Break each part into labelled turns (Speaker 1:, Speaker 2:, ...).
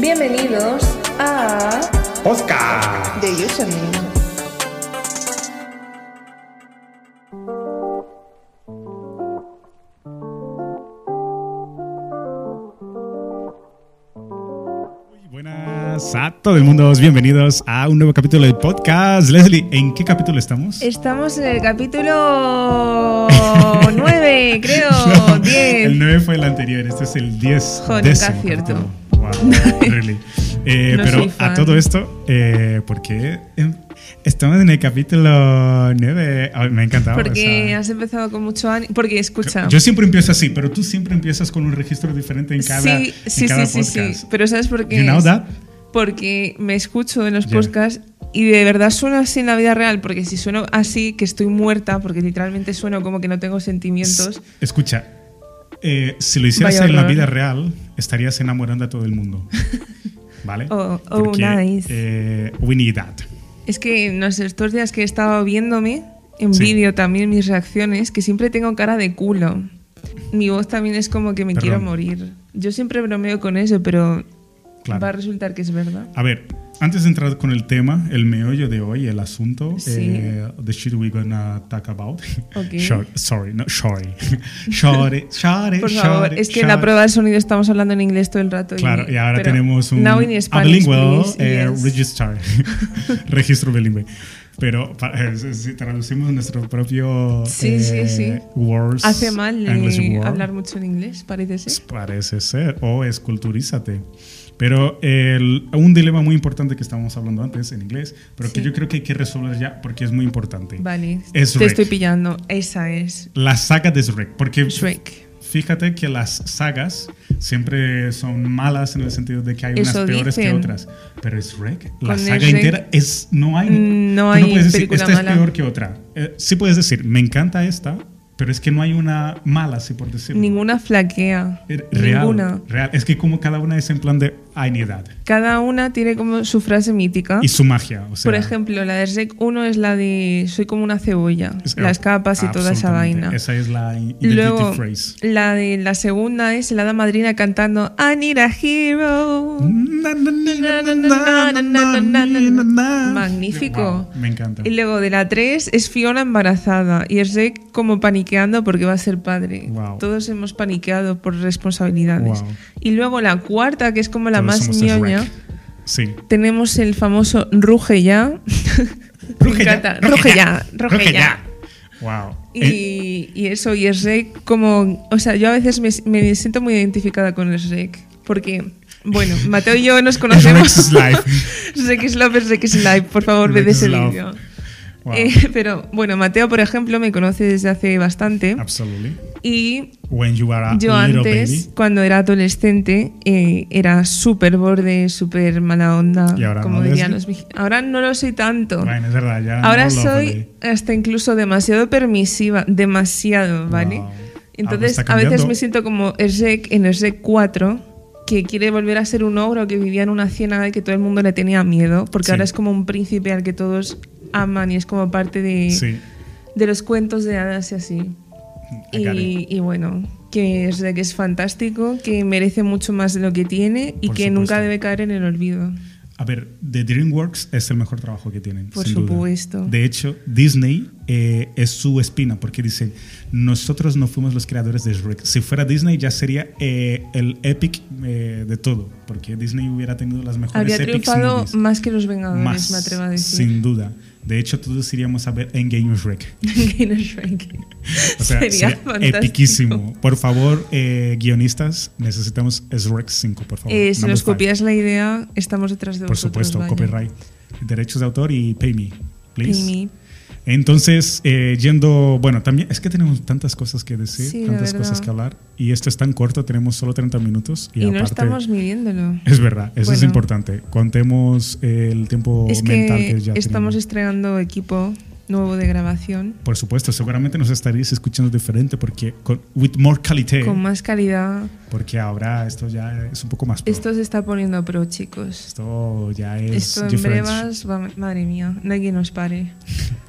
Speaker 1: Bienvenidos a
Speaker 2: Podcast.
Speaker 3: de Username.
Speaker 2: Buenas a todo el mundo, bienvenidos a un nuevo capítulo del podcast. Leslie, ¿en qué capítulo estamos?
Speaker 1: Estamos en el capítulo 9, creo,
Speaker 2: No,
Speaker 1: 10.
Speaker 2: El 9 fue el anterior, este es el 10.
Speaker 1: Jo, nunca
Speaker 2: décimo
Speaker 1: acierto.
Speaker 2: capítulo. Wow, really. Eh,
Speaker 1: No
Speaker 2: pero
Speaker 1: soy
Speaker 2: a
Speaker 1: fan.
Speaker 2: todo esto, eh, ¿por qué em- estamos en el capítulo 9? me ha encantado. o
Speaker 1: Porque
Speaker 2: sea,
Speaker 1: has empezado con mucho ánimo. Porque escucha.
Speaker 2: Ah, pues, yo siempre empiezo así, pero tú siempre empiezas con un registro diferente en cada,
Speaker 1: sí,
Speaker 2: en
Speaker 1: sí,
Speaker 2: cada
Speaker 1: sí, sí,
Speaker 2: podcast.
Speaker 1: sí. Pero ¿sabes por qué?
Speaker 2: You know
Speaker 1: es?
Speaker 2: that?
Speaker 1: Porque me escucho en los
Speaker 2: Yeah.
Speaker 1: podcasts y de verdad sueno así en la vida real. Porque si sueno así, que estoy muerta, porque literalmente sueno como que no tengo sentimientos.
Speaker 2: S- Escucha, eh, si lo hicieras
Speaker 1: Vaya
Speaker 2: en la
Speaker 1: horror.
Speaker 2: vida real, estarías enamorando a todo el mundo. ¿Vale?
Speaker 1: Oh, oh, nice.
Speaker 2: eh, we need that.
Speaker 1: Es que no sé, estos días que he estado viéndome en
Speaker 2: Sí.
Speaker 1: vídeo también mis reacciones, que siempre tengo cara de culo. Mi voz también es como que me
Speaker 2: Perdón.
Speaker 1: quiero morir. Yo siempre bromeo con eso, pero
Speaker 2: Claro.
Speaker 1: va a resultar que es verdad.
Speaker 2: A ver, antes de entrar con el tema, el meollo de hoy, el asunto,
Speaker 1: Sí.
Speaker 2: eh, the shit we gonna talk about.
Speaker 1: Ok.
Speaker 2: Shor- sorry, no, sorry. Sorry, sorry,
Speaker 1: Por favor,
Speaker 2: sorry,
Speaker 1: es que en la
Speaker 2: sorry.
Speaker 1: prueba de sonido estamos hablando en inglés todo el rato.
Speaker 2: Claro, y ahora
Speaker 1: pero
Speaker 2: tenemos un
Speaker 1: now in Spanish,
Speaker 2: bilingual
Speaker 1: please,
Speaker 2: eh,
Speaker 1: yes.
Speaker 2: register, registro bilingüe. Pero pa- eh, si- si traducimos nuestro propio
Speaker 1: Sí, sí,
Speaker 2: eh,
Speaker 1: sí.
Speaker 2: words.
Speaker 1: Hace mal eh,
Speaker 2: English word.
Speaker 1: hablar mucho en inglés, parece ser.
Speaker 2: Pues Parece ser, o esculturízate. Pero el- un dilema muy importante que estábamos hablando antes en inglés, pero que
Speaker 1: Sí.
Speaker 2: yo creo que hay que resolver ya porque es muy importante.
Speaker 1: Vale,
Speaker 2: Es
Speaker 1: te
Speaker 2: Shrek.
Speaker 1: estoy pillando. Esa es
Speaker 2: La saga de Shrek, porque
Speaker 1: Shrek.
Speaker 2: Fíjate que las sagas siempre son malas en el sentido de que hay
Speaker 1: Eso
Speaker 2: unas peores que
Speaker 1: dicen.
Speaker 2: otras. Pero Shrek, la
Speaker 1: Con
Speaker 2: saga
Speaker 1: Shrek Mm,
Speaker 2: entera es no hay.
Speaker 1: no
Speaker 2: tú
Speaker 1: hay
Speaker 2: no puedes decir
Speaker 1: película
Speaker 2: esta
Speaker 1: mala".
Speaker 2: es peor que otra. Eh, sí puedes decir, me encanta esta, pero es que no hay una mala, sí por decirlo.
Speaker 1: Ninguna flaquea.
Speaker 2: Eh, Real,
Speaker 1: Ninguna.
Speaker 2: Real. Es que como cada una es en plan de hay ni edad
Speaker 1: Cada una tiene como su frase mítica.
Speaker 2: y su magia. o sea,
Speaker 1: Por ejemplo, la de Shrek 1 es la de soy como una cebolla,
Speaker 2: es-
Speaker 1: las capas y toda esa
Speaker 2: absolutamente.
Speaker 1: vaina.
Speaker 2: Esa es la identity
Speaker 1: Luego,
Speaker 2: phrase.
Speaker 1: la de la segunda es la hada madrina cantando I need a hero.
Speaker 2: Mm.
Speaker 1: Magnífico.
Speaker 2: Wow, me encanta.
Speaker 1: Y luego de la 3 es Fiona embarazada y Shrek como paniqueando porque va a ser padre.
Speaker 2: Wow.
Speaker 1: Todos hemos paniqueado por responsabilidades.
Speaker 2: Wow.
Speaker 1: Y luego la cuarta, que es como
Speaker 2: Todos
Speaker 1: la más
Speaker 2: somos
Speaker 1: ñoña.
Speaker 2: Shrek. Sí.
Speaker 1: Tenemos el famoso ruge ya. Me
Speaker 2: Ruge ya,
Speaker 1: encanta.
Speaker 2: ruge
Speaker 1: Ruge
Speaker 2: ya,
Speaker 1: ya, ruge ya.
Speaker 2: Wow. Eh,
Speaker 1: Y, y eso, y es Shrek como... O sea, yo a veces me, me siento muy identificada con el Shrek, porque, bueno, Mateo y yo nos
Speaker 2: Shrek is
Speaker 1: conocemos.
Speaker 2: life.
Speaker 1: Shrek is love, Shrek is life, por favor,
Speaker 2: Shrek
Speaker 1: ved
Speaker 2: is
Speaker 1: ese
Speaker 2: love.
Speaker 1: vídeo.
Speaker 2: wow.
Speaker 1: Eh, pero, bueno, Mateo, por ejemplo, me conoce desde hace bastante.
Speaker 2: Absolutely.
Speaker 1: Y
Speaker 2: When you are a
Speaker 1: yo
Speaker 2: Ah. little
Speaker 1: antes,
Speaker 2: baby.
Speaker 1: cuando era adolescente, eh, era súper borde, súper mala onda,
Speaker 2: ¿Y ahora
Speaker 1: como
Speaker 2: no,
Speaker 1: dirían los...
Speaker 2: Leslie?
Speaker 1: meji- Ahora no lo soy tanto.
Speaker 2: Bueno, es verdad, ya
Speaker 1: Ahora
Speaker 2: no lo
Speaker 1: soy
Speaker 2: hablé.
Speaker 1: hasta incluso demasiado permisiva, demasiado, ¿vale?
Speaker 2: Wow.
Speaker 1: Entonces,
Speaker 2: Algo está
Speaker 1: a veces
Speaker 2: cambiando.
Speaker 1: me siento como Erzek en Erzek 4, que quiere volver a ser un ogro que vivía en una ciénaga y que todo el mundo le tenía miedo, porque
Speaker 2: Sí.
Speaker 1: ahora es como un príncipe al que todos aman y es como parte de,
Speaker 2: Sí.
Speaker 1: de los cuentos de hadas y así.
Speaker 2: Ah, I got it.
Speaker 1: Y, y bueno, que Erzek es fantástico, que merece mucho más de lo que tiene y
Speaker 2: Por
Speaker 1: que nunca
Speaker 2: supuesto.
Speaker 1: debe caer en el olvido.
Speaker 2: A ver, The DreamWorks es el mejor trabajo que tienen.
Speaker 1: Por
Speaker 2: sin duda.
Speaker 1: supuesto.
Speaker 2: De hecho, Disney eh, es su espina porque dicen, nosotros no fuimos los creadores de Shrek. Si fuera Disney ya sería eh, el epic eh, de todo, porque Disney hubiera tenido las mejores
Speaker 1: Habría
Speaker 2: epic
Speaker 1: triunfado
Speaker 2: movies.
Speaker 1: más que los Vengadores,
Speaker 2: Más,
Speaker 1: me atrevo a decir.
Speaker 2: sin duda. De hecho, todos iríamos a ver Endgame Shrek.
Speaker 1: Gainer Shrek.
Speaker 2: O sea,
Speaker 1: Sería
Speaker 2: sería,
Speaker 1: fantástico.
Speaker 2: epiquísimo. Por favor, eh, guionistas, necesitamos Shrek 5, por favor.
Speaker 1: Eh, si
Speaker 2: Number
Speaker 1: nos
Speaker 2: five.
Speaker 1: copias la idea, estamos detrás de
Speaker 2: Por
Speaker 1: vosotros.
Speaker 2: supuesto,
Speaker 1: vaya.
Speaker 2: copyright. Derechos de autor y pay me, please.
Speaker 1: Pay me.
Speaker 2: Entonces, eh, yendo, bueno, también es que tenemos tantas cosas que decir,
Speaker 1: Sí, la
Speaker 2: tantas
Speaker 1: verdad.
Speaker 2: cosas que hablar, y esto es tan corto, tenemos solo 30 minutos. Y,
Speaker 1: Y, no
Speaker 2: aparte,
Speaker 1: estamos midiéndolo.
Speaker 2: Es verdad, eso es
Speaker 1: Bueno.
Speaker 2: importante. Contemos eh, el tiempo
Speaker 1: Es
Speaker 2: mental que,
Speaker 1: que
Speaker 2: ya
Speaker 1: estamos
Speaker 2: tenemos.
Speaker 1: estrenando equipo nuevo de grabación
Speaker 2: Por supuesto, seguramente nos estaréis escuchando diferente porque con, with more calidad.
Speaker 1: con más calidad.
Speaker 2: Porque ahora esto ya es un poco más. pro. Esto,
Speaker 1: Esto se está poniendo pro, chicos.
Speaker 2: ya es
Speaker 1: Esto en
Speaker 2: different.
Speaker 1: brevas, va- madre mía, nadie nos pare.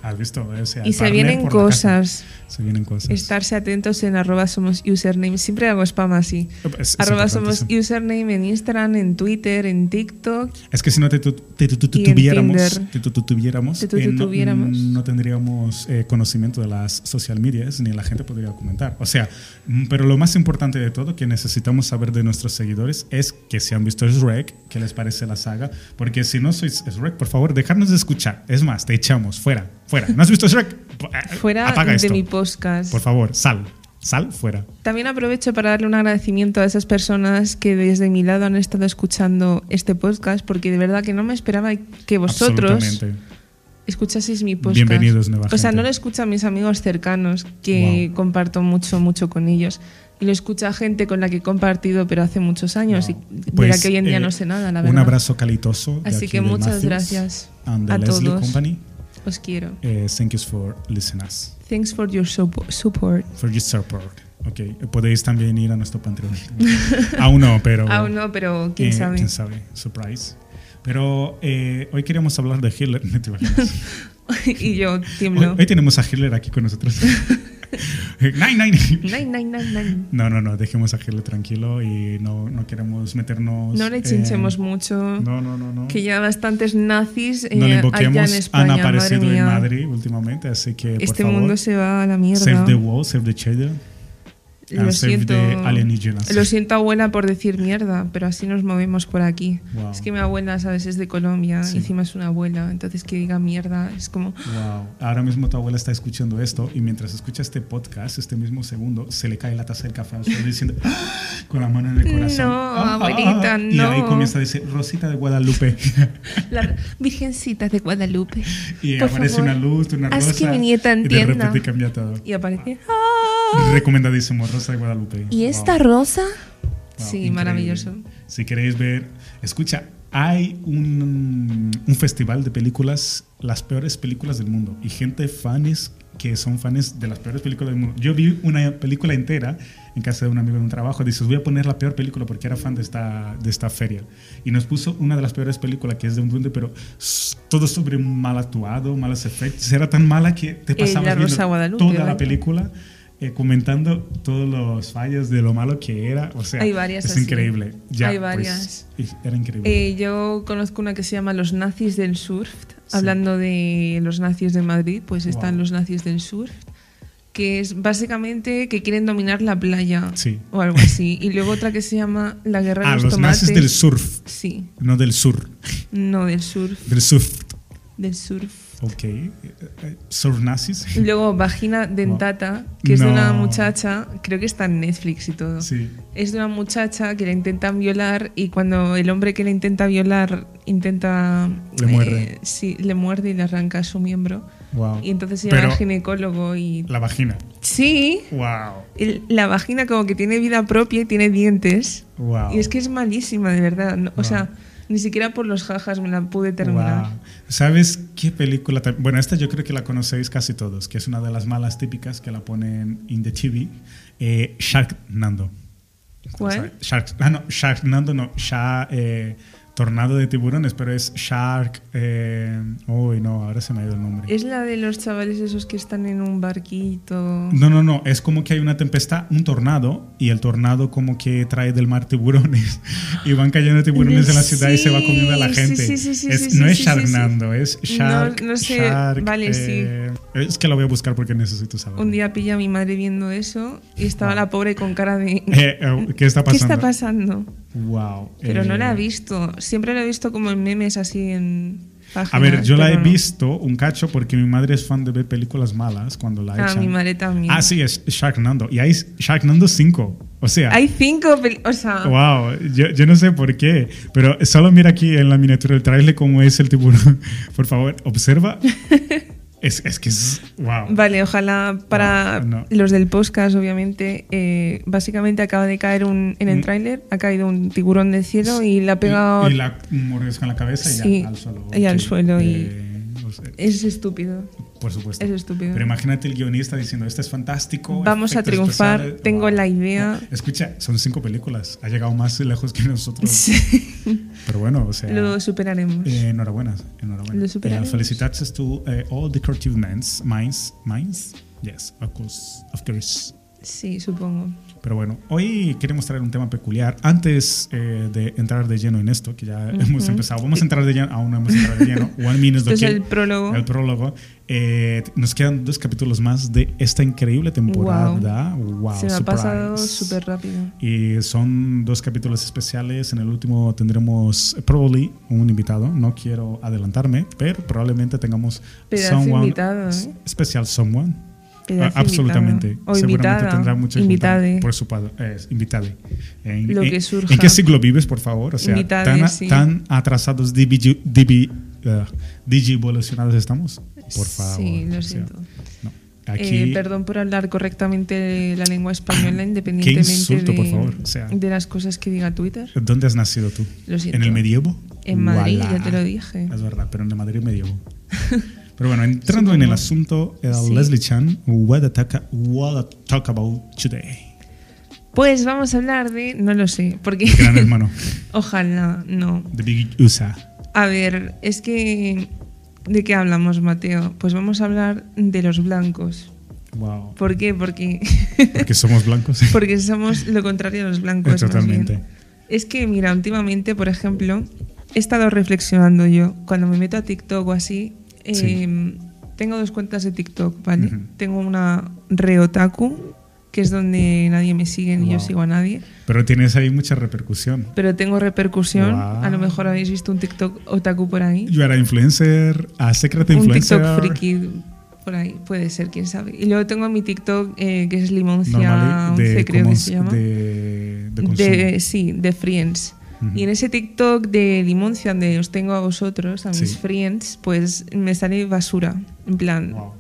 Speaker 2: ¿Has visto? O sea,
Speaker 1: Y se
Speaker 2: partner
Speaker 1: vienen
Speaker 2: por la casa.
Speaker 1: cosas.
Speaker 2: Se vienen cosas.
Speaker 1: Estarse atentos en arroba somos username. Siempre hago spam así.
Speaker 2: pues, Es- es
Speaker 1: Arroba somos
Speaker 2: importantísimo.
Speaker 1: username en Instagram, en Twitter, en TikTok.
Speaker 2: Es que si no te, tu- te tu- tu-
Speaker 1: Y en
Speaker 2: tuviéramos,
Speaker 1: Tinder.
Speaker 2: te tu- tu- tuviéramos,
Speaker 1: Te tu-
Speaker 2: eh,
Speaker 1: tu-
Speaker 2: no,
Speaker 1: tuviéramos.
Speaker 2: no tendríamos eh, conocimiento de las social medias ni la gente podría comentar. O sea, mm, pero lo más importante de todo que necesitamos saber de nuestros seguidores es que si han visto Shrek, qué les parece la saga, porque si no sois Shrek, por favor, dejarnos de escuchar. Es más, te echamos fuera, fuera. ¿No has visto Shrek? P- eh,
Speaker 1: Fuera
Speaker 2: apaga
Speaker 1: de
Speaker 2: esto.
Speaker 1: mi podcast.
Speaker 2: Por favor, sal, sal fuera.
Speaker 1: También aprovecho para darle un agradecimiento a esas personas que desde mi lado han estado escuchando este podcast, porque de verdad que no me esperaba que vosotros
Speaker 2: Absolutamente.
Speaker 1: escuchaseis mi podcast.
Speaker 2: Bienvenidos, nueva
Speaker 1: O sea,
Speaker 2: gente.
Speaker 1: no lo escuchan mis amigos cercanos, que
Speaker 2: Wow.
Speaker 1: comparto mucho, mucho con ellos. Y lo escucha gente con la que he compartido, pero hace muchos años,
Speaker 2: Wow.
Speaker 1: y de
Speaker 2: Pues,
Speaker 1: la que hoy en día
Speaker 2: eh,
Speaker 1: no sé nada, la
Speaker 2: Un
Speaker 1: verdad.
Speaker 2: abrazo calitoso. de
Speaker 1: Así
Speaker 2: aquí
Speaker 1: que
Speaker 2: de
Speaker 1: muchas
Speaker 2: Matthews
Speaker 1: gracias
Speaker 2: and the
Speaker 1: a
Speaker 2: Leslie
Speaker 1: todos.
Speaker 2: Company.
Speaker 1: Os quiero.
Speaker 2: Eh, thank you for listening us,
Speaker 1: Thanks for your supo- support.
Speaker 2: for your support. Ok, podéis también ir a nuestro Patreon. Aún no, pero.
Speaker 1: Aún Ah, no, pero quién
Speaker 2: eh,
Speaker 1: sabe.
Speaker 2: Quién sabe, surprise. Pero eh, hoy queríamos hablar de Hitler. No te imaginas.
Speaker 1: y yo
Speaker 2: hoy,
Speaker 1: tiemblo.
Speaker 2: hoy tenemos a Hitler aquí con nosotros. nine, nine.
Speaker 1: Nine, nine, nine, nine.
Speaker 2: No, no, no, dejemos a Hitler tranquilo y no, no queremos meternos.
Speaker 1: No le
Speaker 2: eh,
Speaker 1: chinchemos mucho.
Speaker 2: No, no, no, no.
Speaker 1: Que ya bastantes nazis eh,
Speaker 2: no le
Speaker 1: allá en
Speaker 2: invoquemos. Han
Speaker 1: España.
Speaker 2: aparecido
Speaker 1: madre mía.
Speaker 2: en Madrid últimamente, así que por
Speaker 1: Este
Speaker 2: favor.
Speaker 1: mundo se va a la mierda.
Speaker 2: Save the wall, save the cheddar.
Speaker 1: Lo
Speaker 2: and save
Speaker 1: siento.
Speaker 2: the alienígenas.
Speaker 1: Lo siento, abuela, por decir mierda, pero así nos movemos por aquí.
Speaker 2: Wow.
Speaker 1: Es que mi abuela, ¿sabes? Es de Colombia
Speaker 2: Sí.
Speaker 1: y encima es una abuela. Entonces que diga mierda es como.
Speaker 2: Wow. Ahora mismo tu abuela está escuchando esto y mientras escucha este podcast, este mismo segundo, se le cae la taza del café al suelo diciendo "Ah", con la mano en el corazón. Ah,
Speaker 1: No, abuelita,
Speaker 2: Y ahí
Speaker 1: no.
Speaker 2: comienza a decir Rosita de Guadalupe.
Speaker 1: La Virgencita de Guadalupe.
Speaker 2: y
Speaker 1: Por
Speaker 2: aparece
Speaker 1: favor,
Speaker 2: una luz, una
Speaker 1: haz
Speaker 2: rosa.
Speaker 1: que mi nieta
Speaker 2: Y de
Speaker 1: entienda.
Speaker 2: repente cambia todo.
Speaker 1: Y aparece. ¡Ah!
Speaker 2: Recomendadísimo, Rosa de Guadalupe.
Speaker 3: ¿Y
Speaker 2: Wow.
Speaker 3: esta rosa?
Speaker 2: Wow,
Speaker 1: sí,
Speaker 2: increíble.
Speaker 1: maravilloso.
Speaker 2: Si queréis ver, escucha, hay un, un festival de películas, las peores películas del mundo, y gente fans que son fans de las peores películas del mundo. Yo vi una película entera en casa de un amigo de un trabajo, dices, voy a poner la peor película porque era fan de esta, de esta feria. Y nos puso una de las peores películas, que es de un duende, pero s- todo sobre un mal actuado, malos efectos. Era tan mala que te
Speaker 1: Eh, La
Speaker 2: pasabas
Speaker 1: Rosa
Speaker 2: viendo
Speaker 1: Guadalupe,
Speaker 2: toda la
Speaker 1: ¿verdad?
Speaker 2: película eh, comentando todos los fallos de lo malo que era. O sea,
Speaker 1: Hay varias
Speaker 2: es
Speaker 1: así.
Speaker 2: increíble. Ya,
Speaker 1: Hay varias.
Speaker 2: pues, y- era increíble.
Speaker 1: Eh, yo conozco una que se llama Los nazis del surf.
Speaker 2: Sí.
Speaker 1: Hablando de los nazis de Madrid, pues están
Speaker 2: Wow.
Speaker 1: los nazis del surf, que es básicamente que quieren dominar la playa
Speaker 2: Sí.
Speaker 1: o algo así. Y luego otra que se llama La guerra de
Speaker 2: ah,
Speaker 1: los,
Speaker 2: los
Speaker 1: tomates.
Speaker 2: nazis del surf,
Speaker 1: Sí,
Speaker 2: no del sur,
Speaker 1: no del surf,
Speaker 2: del surf.
Speaker 1: del surf.
Speaker 2: Ok, eh, eh, surf nazis.
Speaker 1: Y luego Vagina Dentata, que es de una
Speaker 2: No.
Speaker 1: muchacha, creo que está en Netflix y todo.
Speaker 2: Sí,
Speaker 1: Es de una muchacha que la intentan violar y cuando el hombre que la intenta violar intenta... eh,
Speaker 2: Le muerde.
Speaker 1: sí, le muerde y le arranca su miembro.
Speaker 2: wow.
Speaker 1: Y entonces se
Speaker 2: Pero
Speaker 1: llama al ginecólogo y...
Speaker 2: la vagina.
Speaker 1: Sí,
Speaker 2: Wow,
Speaker 1: el- la vagina como que tiene vida propia y tiene dientes.
Speaker 2: wow.
Speaker 1: Y es que es malísima, de verdad. no-
Speaker 2: Wow.
Speaker 1: O sea, ni siquiera por los jajas me la pude terminar.
Speaker 2: Wow. ¿Sabes qué película? tam- Bueno, esta yo creo que la conocéis casi todos, que es una de las malas típicas que la ponen in the TV. Eh, Sharknado.
Speaker 1: ¿Cuál?
Speaker 2: O sea, Shark, ah, no, Sharknado no, Sha- eh, Tornado de tiburones, pero es Shark. eh, uy, no, ahora se me ha ido el nombre.
Speaker 1: Es la de los chavales esos que están en un barquito.
Speaker 2: No, no, no, es como que hay una tempestad, un tornado, y el tornado como que trae del mar tiburones, y van cayendo tiburones en la ciudad y se va comiendo a la
Speaker 1: Sí,
Speaker 2: gente.
Speaker 1: sí, sí, sí,
Speaker 2: Es-
Speaker 1: sí,
Speaker 2: no
Speaker 1: sí,
Speaker 2: es
Speaker 1: sí, sí, sí.
Speaker 2: Sharknado, es Shark.
Speaker 1: No, no sé,
Speaker 2: Shark,
Speaker 1: vale,
Speaker 2: eh, Es que lo voy a buscar porque necesito saber.
Speaker 1: Un día pilla a mi madre viendo eso y estaba
Speaker 2: Wow.
Speaker 1: la pobre con cara de...
Speaker 2: Ah. Eh, ¿Qué está
Speaker 1: ¿Qué
Speaker 2: pasando?
Speaker 1: está pasando?
Speaker 2: Wow.
Speaker 1: Pero no
Speaker 2: eh,
Speaker 1: la he visto. Siempre la he visto como en memes así en páginas.
Speaker 2: A ver, yo la
Speaker 1: pero
Speaker 2: he
Speaker 1: no.
Speaker 2: visto un cacho porque mi madre es fan de ver películas malas cuando la
Speaker 1: Ah,
Speaker 2: echan.
Speaker 1: mi madre también.
Speaker 2: Ah, sí, es Sharknado. Y hay Sharknado 5. O sea,
Speaker 1: Hay cinco, peli- o sea,
Speaker 2: wow, yo, yo no sé por qué, pero solo mira aquí en la miniatura el trailer cómo es el tiburón. Por favor, observa. es, es que es. Wow.
Speaker 1: vale, ojalá para
Speaker 2: Wow, Ah, no.
Speaker 1: los del podcast, obviamente, eh, básicamente acaba de caer un, en
Speaker 2: Mm.
Speaker 1: el tráiler, ha caído un tiburón del cielo y la ha pegado...
Speaker 2: Y, y la mordisca en la cabeza y ya
Speaker 1: Sí,
Speaker 2: al suelo.
Speaker 1: y al
Speaker 2: Ok,
Speaker 1: suelo y-
Speaker 2: eh, o sea,
Speaker 1: Es estúpido.
Speaker 2: Por supuesto.
Speaker 1: Es estúpido.
Speaker 2: Pero imagínate el guionista diciendo, este es fantástico.
Speaker 1: Vamos a
Speaker 2: efectos
Speaker 1: triunfar,
Speaker 2: especiales".
Speaker 1: tengo
Speaker 2: Wow.
Speaker 1: la idea.
Speaker 2: Escucha, son cinco películas. Ha llegado más lejos que nosotros. Pero bueno, o sea.
Speaker 1: Lo superaremos.
Speaker 2: eh, enhorabuena. enhorabuena.
Speaker 1: Lo superaremos.
Speaker 2: Eh, Felicitats to eh, all the creative minds. Minds. Minds. Yes, of course. Of course.
Speaker 1: Sí, supongo.
Speaker 2: Pero bueno, hoy queremos traer un tema peculiar. Antes eh, de entrar de lleno en esto, que ya hemos empezado, vamos a entrar de lleno, aún no hemos entrado de lleno. One minute
Speaker 1: Esto es
Speaker 2: okay.
Speaker 1: el prólogo.
Speaker 2: El prólogo. Eh, nos quedan dos capítulos más de esta increíble temporada. Wow,
Speaker 1: Se me ha
Speaker 2: surprise.
Speaker 1: pasado súper rápido.
Speaker 2: Y son dos capítulos especiales. En el último tendremos eh, probably un invitado. No quiero adelantarme, pero probablemente tengamos
Speaker 1: Pedazo invitado, ¿eh?
Speaker 2: s- especial someone.
Speaker 1: Pedazo
Speaker 2: Ah, absolutamente.
Speaker 1: invitado. O
Speaker 2: Seguramente
Speaker 1: invitada.
Speaker 2: tendrá mucho que
Speaker 1: Invitade.
Speaker 2: contar. Por su padre, invitade. En,
Speaker 1: Lo
Speaker 2: en-
Speaker 1: que surja.
Speaker 2: ¿En qué siglo vives, por favor? O sea,
Speaker 1: Invitade,
Speaker 2: tan, a-
Speaker 1: sí.
Speaker 2: tan atrasados divi- divi- eh, digivolucionados estamos. Por favor.
Speaker 1: Sí,
Speaker 2: o sea,
Speaker 1: lo siento.
Speaker 2: no.
Speaker 1: Eh,
Speaker 2: Aquí,
Speaker 1: perdón por hablar correctamente la lengua española, independientemente
Speaker 2: insulto,
Speaker 1: de,
Speaker 2: por favor, o sea.
Speaker 1: de las cosas que diga Twitter.
Speaker 2: ¿dónde has nacido tú?
Speaker 1: Lo siento.
Speaker 2: ¿En el medievo?
Speaker 1: En Madrid,
Speaker 2: Ualá.
Speaker 1: ya te lo dije.
Speaker 2: Es verdad, pero en el Madrid medievo. Pero bueno, entrando en el
Speaker 1: Supongo.
Speaker 2: asunto, eh,
Speaker 1: Sí.
Speaker 2: Leslie Chan, what to talk, what to talk about today?
Speaker 1: Pues vamos a hablar de. No lo sé, porque.
Speaker 2: Gran hermano,
Speaker 1: Ojalá, no.
Speaker 2: The Big USA.
Speaker 1: A ver, es que. ¿De qué hablamos, Mateo? Pues vamos a hablar de los blancos.
Speaker 2: Wow.
Speaker 1: ¿Por qué? Porque,
Speaker 2: Porque somos blancos.
Speaker 1: porque somos lo contrario de los blancos. más bien.
Speaker 2: Totalmente.
Speaker 1: Es que, mira, últimamente, por ejemplo, he estado reflexionando yo. Cuando me meto a TikTok o así, eh,
Speaker 2: Sí.
Speaker 1: tengo dos cuentas de TikTok, ¿vale?
Speaker 2: Ujú.
Speaker 1: Tengo una Reotaku, que es donde nadie me sigue ni yo
Speaker 2: Wow.
Speaker 1: sigo a nadie.
Speaker 2: Pero tienes ahí mucha repercusión.
Speaker 1: Pero tengo repercusión.
Speaker 2: Wow.
Speaker 1: A lo mejor habéis visto un TikTok otaku por ahí.
Speaker 2: Yo era influencer, a secret
Speaker 1: un
Speaker 2: influencer.
Speaker 1: TikTok friki por ahí, puede ser, quién sabe. Y luego tengo mi TikTok eh, que es Limoncia
Speaker 2: normal,
Speaker 1: 11,
Speaker 2: de,
Speaker 1: creo que
Speaker 2: comos-
Speaker 1: se llama.
Speaker 2: de, de consumo.
Speaker 1: De- sí, de Friends.
Speaker 2: Ujú.
Speaker 1: Y en ese TikTok de Limoncia, donde os tengo a vosotros, a mis
Speaker 2: Sí.
Speaker 1: friends, pues me sale basura. En plan,
Speaker 2: Wow.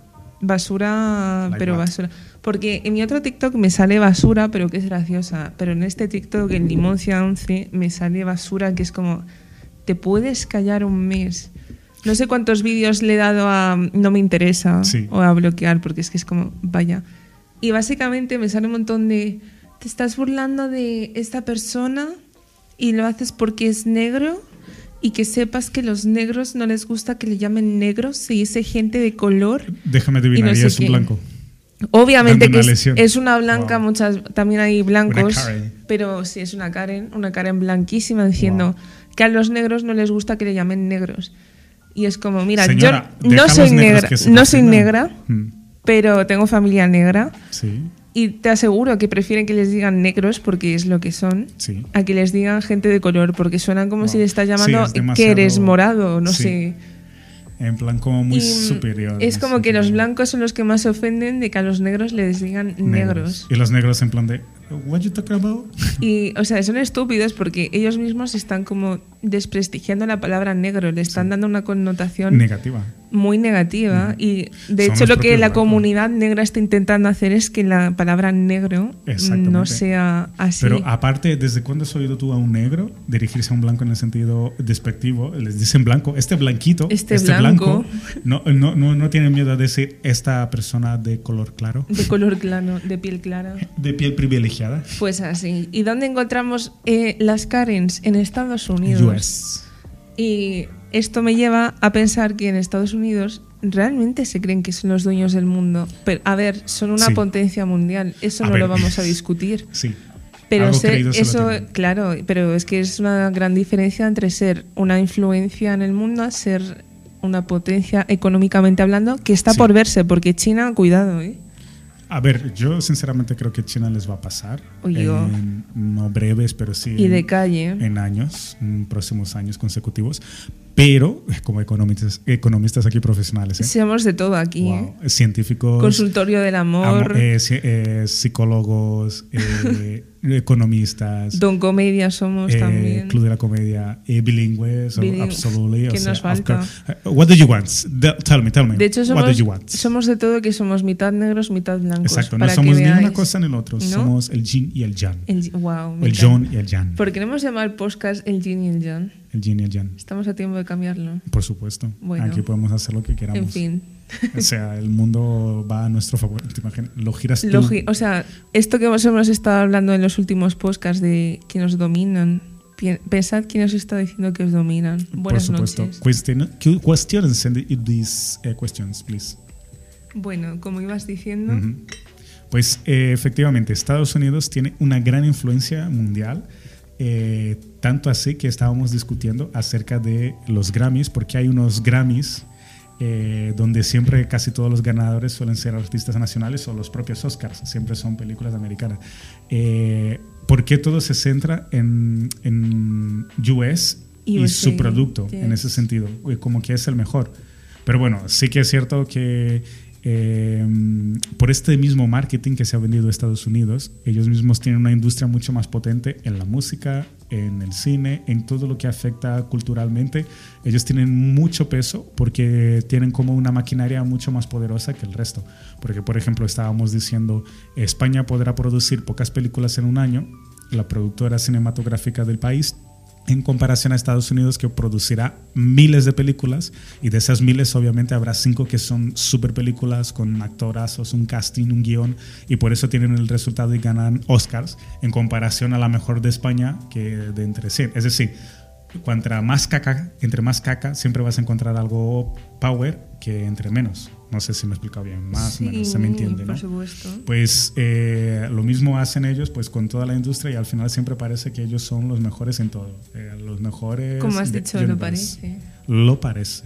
Speaker 1: basura,
Speaker 2: Like
Speaker 1: pero
Speaker 2: what?
Speaker 1: basura. Porque en mi otro TikTok me sale basura, pero que es graciosa. Pero en este TikTok, en Limoncia 11, me sale basura, que es como, te puedes callar un mes. No sé cuántos vídeos le he dado a no me interesa
Speaker 2: Sí.
Speaker 1: o a bloquear, porque es que es como, vaya. Y básicamente me sale un montón de, te estás burlando de esta persona y lo haces porque es negro y que sepas que los negros no les gusta que le llamen negros, se dice gente de color
Speaker 2: Déjame adivinar,
Speaker 1: Y no sé
Speaker 2: ella es un
Speaker 1: qué.
Speaker 2: blanco.
Speaker 1: Obviamente
Speaker 2: Dando
Speaker 1: que
Speaker 2: una
Speaker 1: es,
Speaker 2: lesión.
Speaker 1: es una blanca,
Speaker 2: Wow.
Speaker 1: muchas también hay blancos,
Speaker 2: Una Karen.
Speaker 1: pero sí es una Karen, una Karen blanquísima diciendo
Speaker 2: Wow.
Speaker 1: que a los negros no les gusta que le llamen negros. Y es como, mira,
Speaker 2: Señora,
Speaker 1: yo
Speaker 2: deja
Speaker 1: no
Speaker 2: a los
Speaker 1: soy
Speaker 2: negros
Speaker 1: negra,
Speaker 2: que se
Speaker 1: no soy
Speaker 2: cocinan.
Speaker 1: negra,
Speaker 2: Mm,
Speaker 1: pero tengo familia negra
Speaker 2: Sí,
Speaker 1: y te aseguro que prefieren que les digan negros porque es lo que son.
Speaker 2: sí.
Speaker 1: A que les digan gente de color, porque suenan como
Speaker 2: Wow.
Speaker 1: si le estás
Speaker 2: Sí,
Speaker 1: llamando
Speaker 2: es demasiado-
Speaker 1: que eres morado, no
Speaker 2: Sí.
Speaker 1: sé.
Speaker 2: En plan como muy
Speaker 1: Y, mm,
Speaker 2: superior.
Speaker 1: Es
Speaker 2: no
Speaker 1: como
Speaker 2: sé
Speaker 1: que
Speaker 2: qué.
Speaker 1: los blancos son los que más se ofenden de que a los negros les digan negros.
Speaker 2: Y los negros en plan de, what you talking about?
Speaker 1: Y, o sea, son estúpidos porque ellos mismos están como desprestigiando la palabra negro, le están dando una connotación
Speaker 2: Negativa.
Speaker 1: muy negativa. Y
Speaker 2: Mm. Son
Speaker 1: de hecho,
Speaker 2: los
Speaker 1: lo que
Speaker 2: propios
Speaker 1: la
Speaker 2: blancos.
Speaker 1: comunidad negra está intentando hacer es que la palabra negro
Speaker 2: Exactamente.
Speaker 1: no sea así.
Speaker 2: Pero aparte, ¿desde cuándo has oído tú a un negro dirigirse a un blanco en el sentido despectivo? Les dicen blanco, este blanquito,
Speaker 1: Este
Speaker 2: este, blanco,
Speaker 1: blanco.
Speaker 2: no, no, no, no tienen miedo a decir esta persona de color claro,
Speaker 1: de color claro, de piel clara.
Speaker 2: de piel privilegiada.
Speaker 1: Pues así. ¿Y dónde encontramos eh, las Karens? En Estados Unidos.
Speaker 2: US.
Speaker 1: Y esto me lleva a pensar que en Estados Unidos realmente se creen que son los dueños del mundo. Pero, a ver, son una
Speaker 2: Sí.
Speaker 1: potencia mundial, eso
Speaker 2: A
Speaker 1: no
Speaker 2: ver.
Speaker 1: lo vamos a discutir.
Speaker 2: Sí.
Speaker 1: Pero
Speaker 2: Algo
Speaker 1: sé-
Speaker 2: creído se lo
Speaker 1: eso,
Speaker 2: tienen.
Speaker 1: claro, pero es que es una gran diferencia entre ser una influencia en el mundo a ser una potencia económicamente hablando, que está
Speaker 2: Sí.
Speaker 1: por verse, porque China, cuidado, ¿eh?
Speaker 2: A ver, yo sinceramente creo que China les va a pasar.
Speaker 1: Oye.
Speaker 2: en- no breves, pero sí.
Speaker 1: Y
Speaker 2: en-
Speaker 1: de calle.
Speaker 2: en años, en próximos años consecutivos, pero eh, como economistas, economistas aquí profesionales, ¿eh?
Speaker 1: Somos de todo aquí, ¿eh?
Speaker 2: Wow, científicos,
Speaker 1: Consultorio del amor,
Speaker 2: amo- eh, ci- eh, psicólogos, eh, economistas,
Speaker 1: don comedia somos
Speaker 2: eh,
Speaker 1: también.
Speaker 2: Club de la Comedia, eh, bilingües, o-
Speaker 1: Bilingüe.
Speaker 2: absolutely. o
Speaker 1: ¿Qué nos
Speaker 2: sea, of
Speaker 1: falta?
Speaker 2: course. Eh, What do you want? Del- tell me, tell me.
Speaker 1: De hecho,
Speaker 2: What do
Speaker 1: somos,
Speaker 2: you want?
Speaker 1: somos de todo que somos mitad negros, mitad blancos.
Speaker 2: Exacto, no
Speaker 1: para que
Speaker 2: somos ni una
Speaker 1: veáis.
Speaker 2: cosa ni la otra,
Speaker 1: ¿No?
Speaker 2: somos el yin y el yang.
Speaker 1: El, wow,
Speaker 2: El John y el Jan.
Speaker 1: Porque no hemos llamado el podcast el Jin y el Jan.
Speaker 2: El yin y el yang.
Speaker 1: Estamos a tiempo de cambiarlo.
Speaker 2: Por supuesto.
Speaker 1: Bueno.
Speaker 2: Aquí podemos hacer lo que queramos.
Speaker 1: En fin.
Speaker 2: O sea, el mundo va a nuestro favor. ¿Te imaginas? Lo giras tú.
Speaker 1: Lo gi- o sea, esto que vosotros hemos estado hablando en los últimos podcasts de que nos dominan, pi- pensad quién os está diciendo que os dominan. Buenas
Speaker 2: Por supuesto.
Speaker 1: noches.
Speaker 2: Question- que- questions and these eh, questions, please.
Speaker 1: Bueno, como ibas diciendo,
Speaker 2: Ujú. Pues eh, efectivamente, Estados Unidos tiene una gran influencia mundial, eh, tanto así que estábamos discutiendo acerca de los Grammys, porque hay unos Grammys eh, donde siempre casi todos los ganadores suelen ser artistas nacionales o los propios Oscars, siempre son películas americanas. Eh, ¿Por qué todo se centra en, en US y
Speaker 1: USA,
Speaker 2: su producto en
Speaker 1: yes.
Speaker 2: ese sentido? eh, Como que es el mejor. Pero bueno, sí que es cierto que eh, por este mismo marketing que se ha vendido a Estados Unidos, ellos mismos tienen una industria mucho más potente en la música, en el cine, en todo lo que afecta culturalmente. Ellos tienen mucho peso porque tienen como una maquinaria mucho más poderosa que el resto. Porque, por ejemplo, estábamos diciendo, España podrá producir pocas películas en un año, la productora cinematográfica del país en comparación a Estados Unidos que producirá miles de películas y de esas miles obviamente habrá cinco que son super películas con actorazos, un casting, un guión y por eso tienen el resultado y ganan Oscars en comparación a la mejor de España que de entre 100. Es decir, cuanto más caca, entre más caca siempre vas a encontrar algo power que entre menos. No sé si me he explicado bien, más o menos se me
Speaker 1: Sí,
Speaker 2: entiende.
Speaker 1: Por
Speaker 2: ¿no?
Speaker 1: supuesto.
Speaker 2: pues eh, lo mismo hacen ellos pues con toda la industria y al final siempre parece que ellos son los mejores en todo Eh, los mejores
Speaker 1: Como has
Speaker 2: de
Speaker 1: dicho, lo
Speaker 2: universe.
Speaker 1: parece.
Speaker 2: lo parece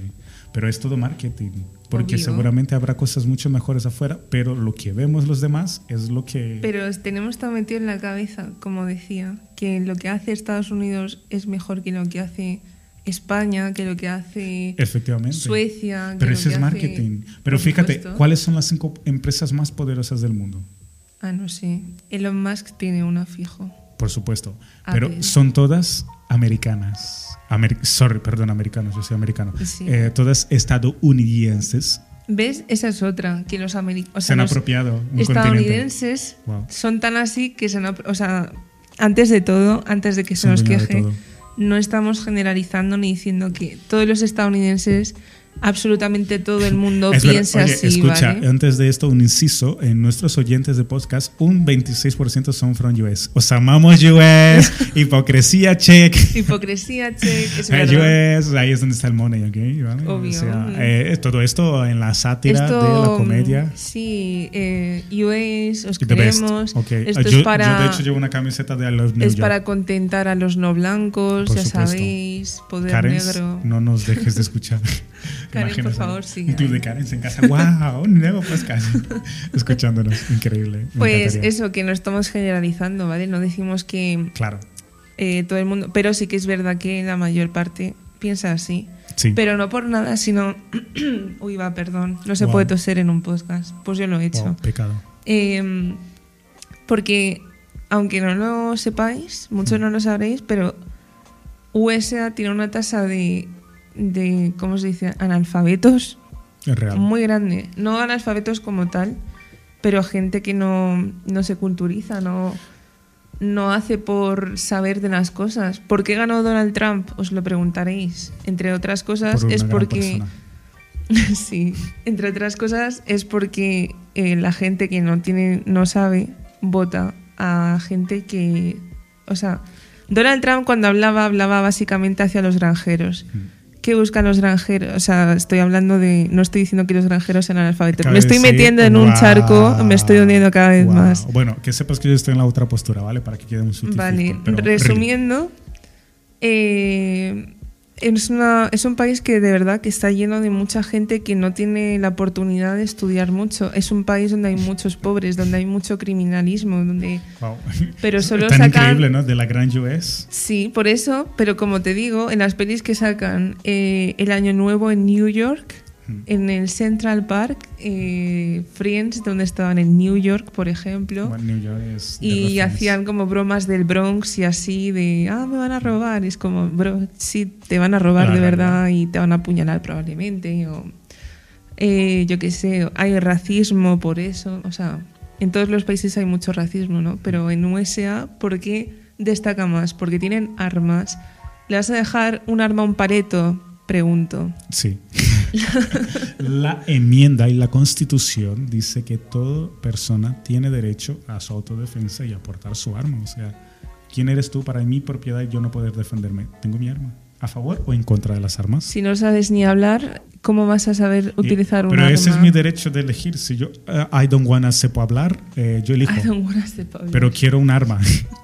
Speaker 2: pero es todo marketing porque
Speaker 1: Obvio.
Speaker 2: seguramente habrá cosas mucho mejores afuera pero lo que vemos los demás es lo que
Speaker 1: Pero tenemos todo metido en la cabeza, como decía, que lo que hace Estados Unidos es mejor que lo que hace España, que lo que hace
Speaker 2: efectivamente
Speaker 1: Suecia. que
Speaker 2: pero
Speaker 1: lo
Speaker 2: eso
Speaker 1: que
Speaker 2: es
Speaker 1: hace-
Speaker 2: marketing pero
Speaker 1: por
Speaker 2: fíjate
Speaker 1: supuesto.
Speaker 2: cuáles son las cinco empresas más poderosas del mundo
Speaker 1: Ah, no sé. Elon Musk tiene una fijo.
Speaker 2: por supuesto.
Speaker 1: A
Speaker 2: pero
Speaker 1: ver.
Speaker 2: son todas americanas. Ameri- Sorry, perdón, americanos, yo soy americano.
Speaker 1: Sí.
Speaker 2: Eh, todas estadounidenses
Speaker 1: ¿Ves? Esa es otra, que los americanos...
Speaker 2: se han apropiado un continente.
Speaker 1: estadounidenses
Speaker 2: Wow.
Speaker 1: son tan así que se han... apro- O sea, antes de todo, antes de que se
Speaker 2: Son
Speaker 1: nos
Speaker 2: dueños de
Speaker 1: queje,
Speaker 2: todo.
Speaker 1: no estamos generalizando ni diciendo que todos los estadounidenses, absolutamente todo el mundo
Speaker 2: Es verdad.
Speaker 1: piensa
Speaker 2: Oye,
Speaker 1: así,
Speaker 2: escucha,
Speaker 1: ¿vale?
Speaker 2: antes de esto, un inciso. En nuestros oyentes de podcast, un 26% son from US. Os amamos US, hipocresía check.
Speaker 1: Hipocresía, che, que es
Speaker 2: Eh,
Speaker 1: verdad.
Speaker 2: US, ahí es donde está el money, ¿ok? ¿Vale?
Speaker 1: Obvio. mm,
Speaker 2: O sea, eh, todo esto en la sátira de la comedia.
Speaker 1: Sí, eh, US, os
Speaker 2: Y The best.
Speaker 1: queremos.
Speaker 2: Ok.
Speaker 1: Esto
Speaker 2: Ah, yo,
Speaker 1: es para...
Speaker 2: yo, de hecho llevo una camiseta de I Love New
Speaker 1: Es
Speaker 2: York.
Speaker 1: para contentar a los no blancos,
Speaker 2: Por
Speaker 1: ya
Speaker 2: supuesto.
Speaker 1: sabéis, poder
Speaker 2: Karens,
Speaker 1: negro.
Speaker 2: no nos dejes de escuchar.
Speaker 1: Karen, por
Speaker 2: Imagínate,
Speaker 1: favor,
Speaker 2: Un
Speaker 1: siga.
Speaker 2: club de Karens en casa. ¡Wow! Un nuevo podcast. Escuchándonos. Increíble. Me
Speaker 1: Pues
Speaker 2: encantaría.
Speaker 1: eso, que no estamos generalizando, ¿vale? No decimos que
Speaker 2: Claro.
Speaker 1: eh, todo el mundo, pero sí que es verdad que la mayor parte piensa así.
Speaker 2: Sí.
Speaker 1: Pero no por nada, sino... Uy, va, perdón. No se
Speaker 2: Wow.
Speaker 1: puede toser en un podcast. Pues yo lo he hecho.
Speaker 2: Wow, pecado.
Speaker 1: Eh, porque, aunque no lo sepáis,
Speaker 2: Mm.
Speaker 1: muchos no lo sabréis, pero USA tiene una tasa de, de ¿cómo se dice?, analfabetos
Speaker 2: Es real.
Speaker 1: muy grande. No analfabetos como tal, pero gente que no, no se culturiza, no, no hace por saber de las cosas. ¿Por qué ganó Donald Trump? Os lo preguntaréis. Entre otras cosas,
Speaker 2: Por una
Speaker 1: es
Speaker 2: gran
Speaker 1: porque...
Speaker 2: persona.
Speaker 1: Sí, entre otras cosas es porque eh, la gente que no tiene, no sabe, vota a gente que, o sea, Donald Trump cuando hablaba hablaba básicamente hacia los granjeros.
Speaker 2: Mm.
Speaker 1: ¿Qué buscan los granjeros? O sea, estoy hablando de, no estoy diciendo que los granjeros sean analfabetos.
Speaker 2: Cabe
Speaker 1: me estoy
Speaker 2: decir-
Speaker 1: metiendo en un
Speaker 2: Wow.
Speaker 1: charco, me estoy hundiendo cada vez
Speaker 2: Wow.
Speaker 1: más.
Speaker 2: Bueno, que sepas que yo estoy en la otra postura, ¿vale? Para que quede un sutil.
Speaker 1: Vale, resumiendo, eh, es, una- es un país que de verdad que está lleno de mucha gente que no tiene la oportunidad de estudiar mucho. Es un país donde hay muchos pobres, donde hay mucho criminalismo, donde... Pero solo
Speaker 2: Tan
Speaker 1: sacan-
Speaker 2: increíble, ¿no? De la gran US.
Speaker 1: Sí, por eso, pero como te digo, en las pelis que sacan eh, el año nuevo en New York,
Speaker 2: Mm.
Speaker 1: en el Central Park, eh, Friends, donde estaban en New York, por ejemplo,
Speaker 2: Bueno, New York es de
Speaker 1: Y
Speaker 2: referencia.
Speaker 1: hacían como bromas del Bronx y así, de, ah, me van a robar. Y es como, bro, sí, te van a robar
Speaker 2: La
Speaker 1: de
Speaker 2: verdad.
Speaker 1: verdad y te van a apuñalar probablemente. O, eh, yo qué sé, hay racismo por eso. O sea, en todos los países hay mucho racismo, ¿no? Pero en USA, ¿por qué destaca más? Porque tienen armas. ¿Le vas a dejar un arma a un pareto? Pregunto.
Speaker 2: Sí. La enmienda y la constitución dice que toda persona tiene derecho a su autodefensa y a portar su arma. O sea, ¿quién eres tú para mi propiedad y yo no poder defenderme? Tengo mi arma. ¿A favor o en contra de las armas?
Speaker 1: Si no sabes ni hablar, ¿cómo vas a saber utilizar
Speaker 2: Eh,
Speaker 1: un
Speaker 2: Pero
Speaker 1: arma?
Speaker 2: ese es mi derecho de elegir. Si yo, eh, I don't wanna sepo hablar, eh, yo elijo.
Speaker 1: I don't wanna step up.
Speaker 2: Pero quiero un arma.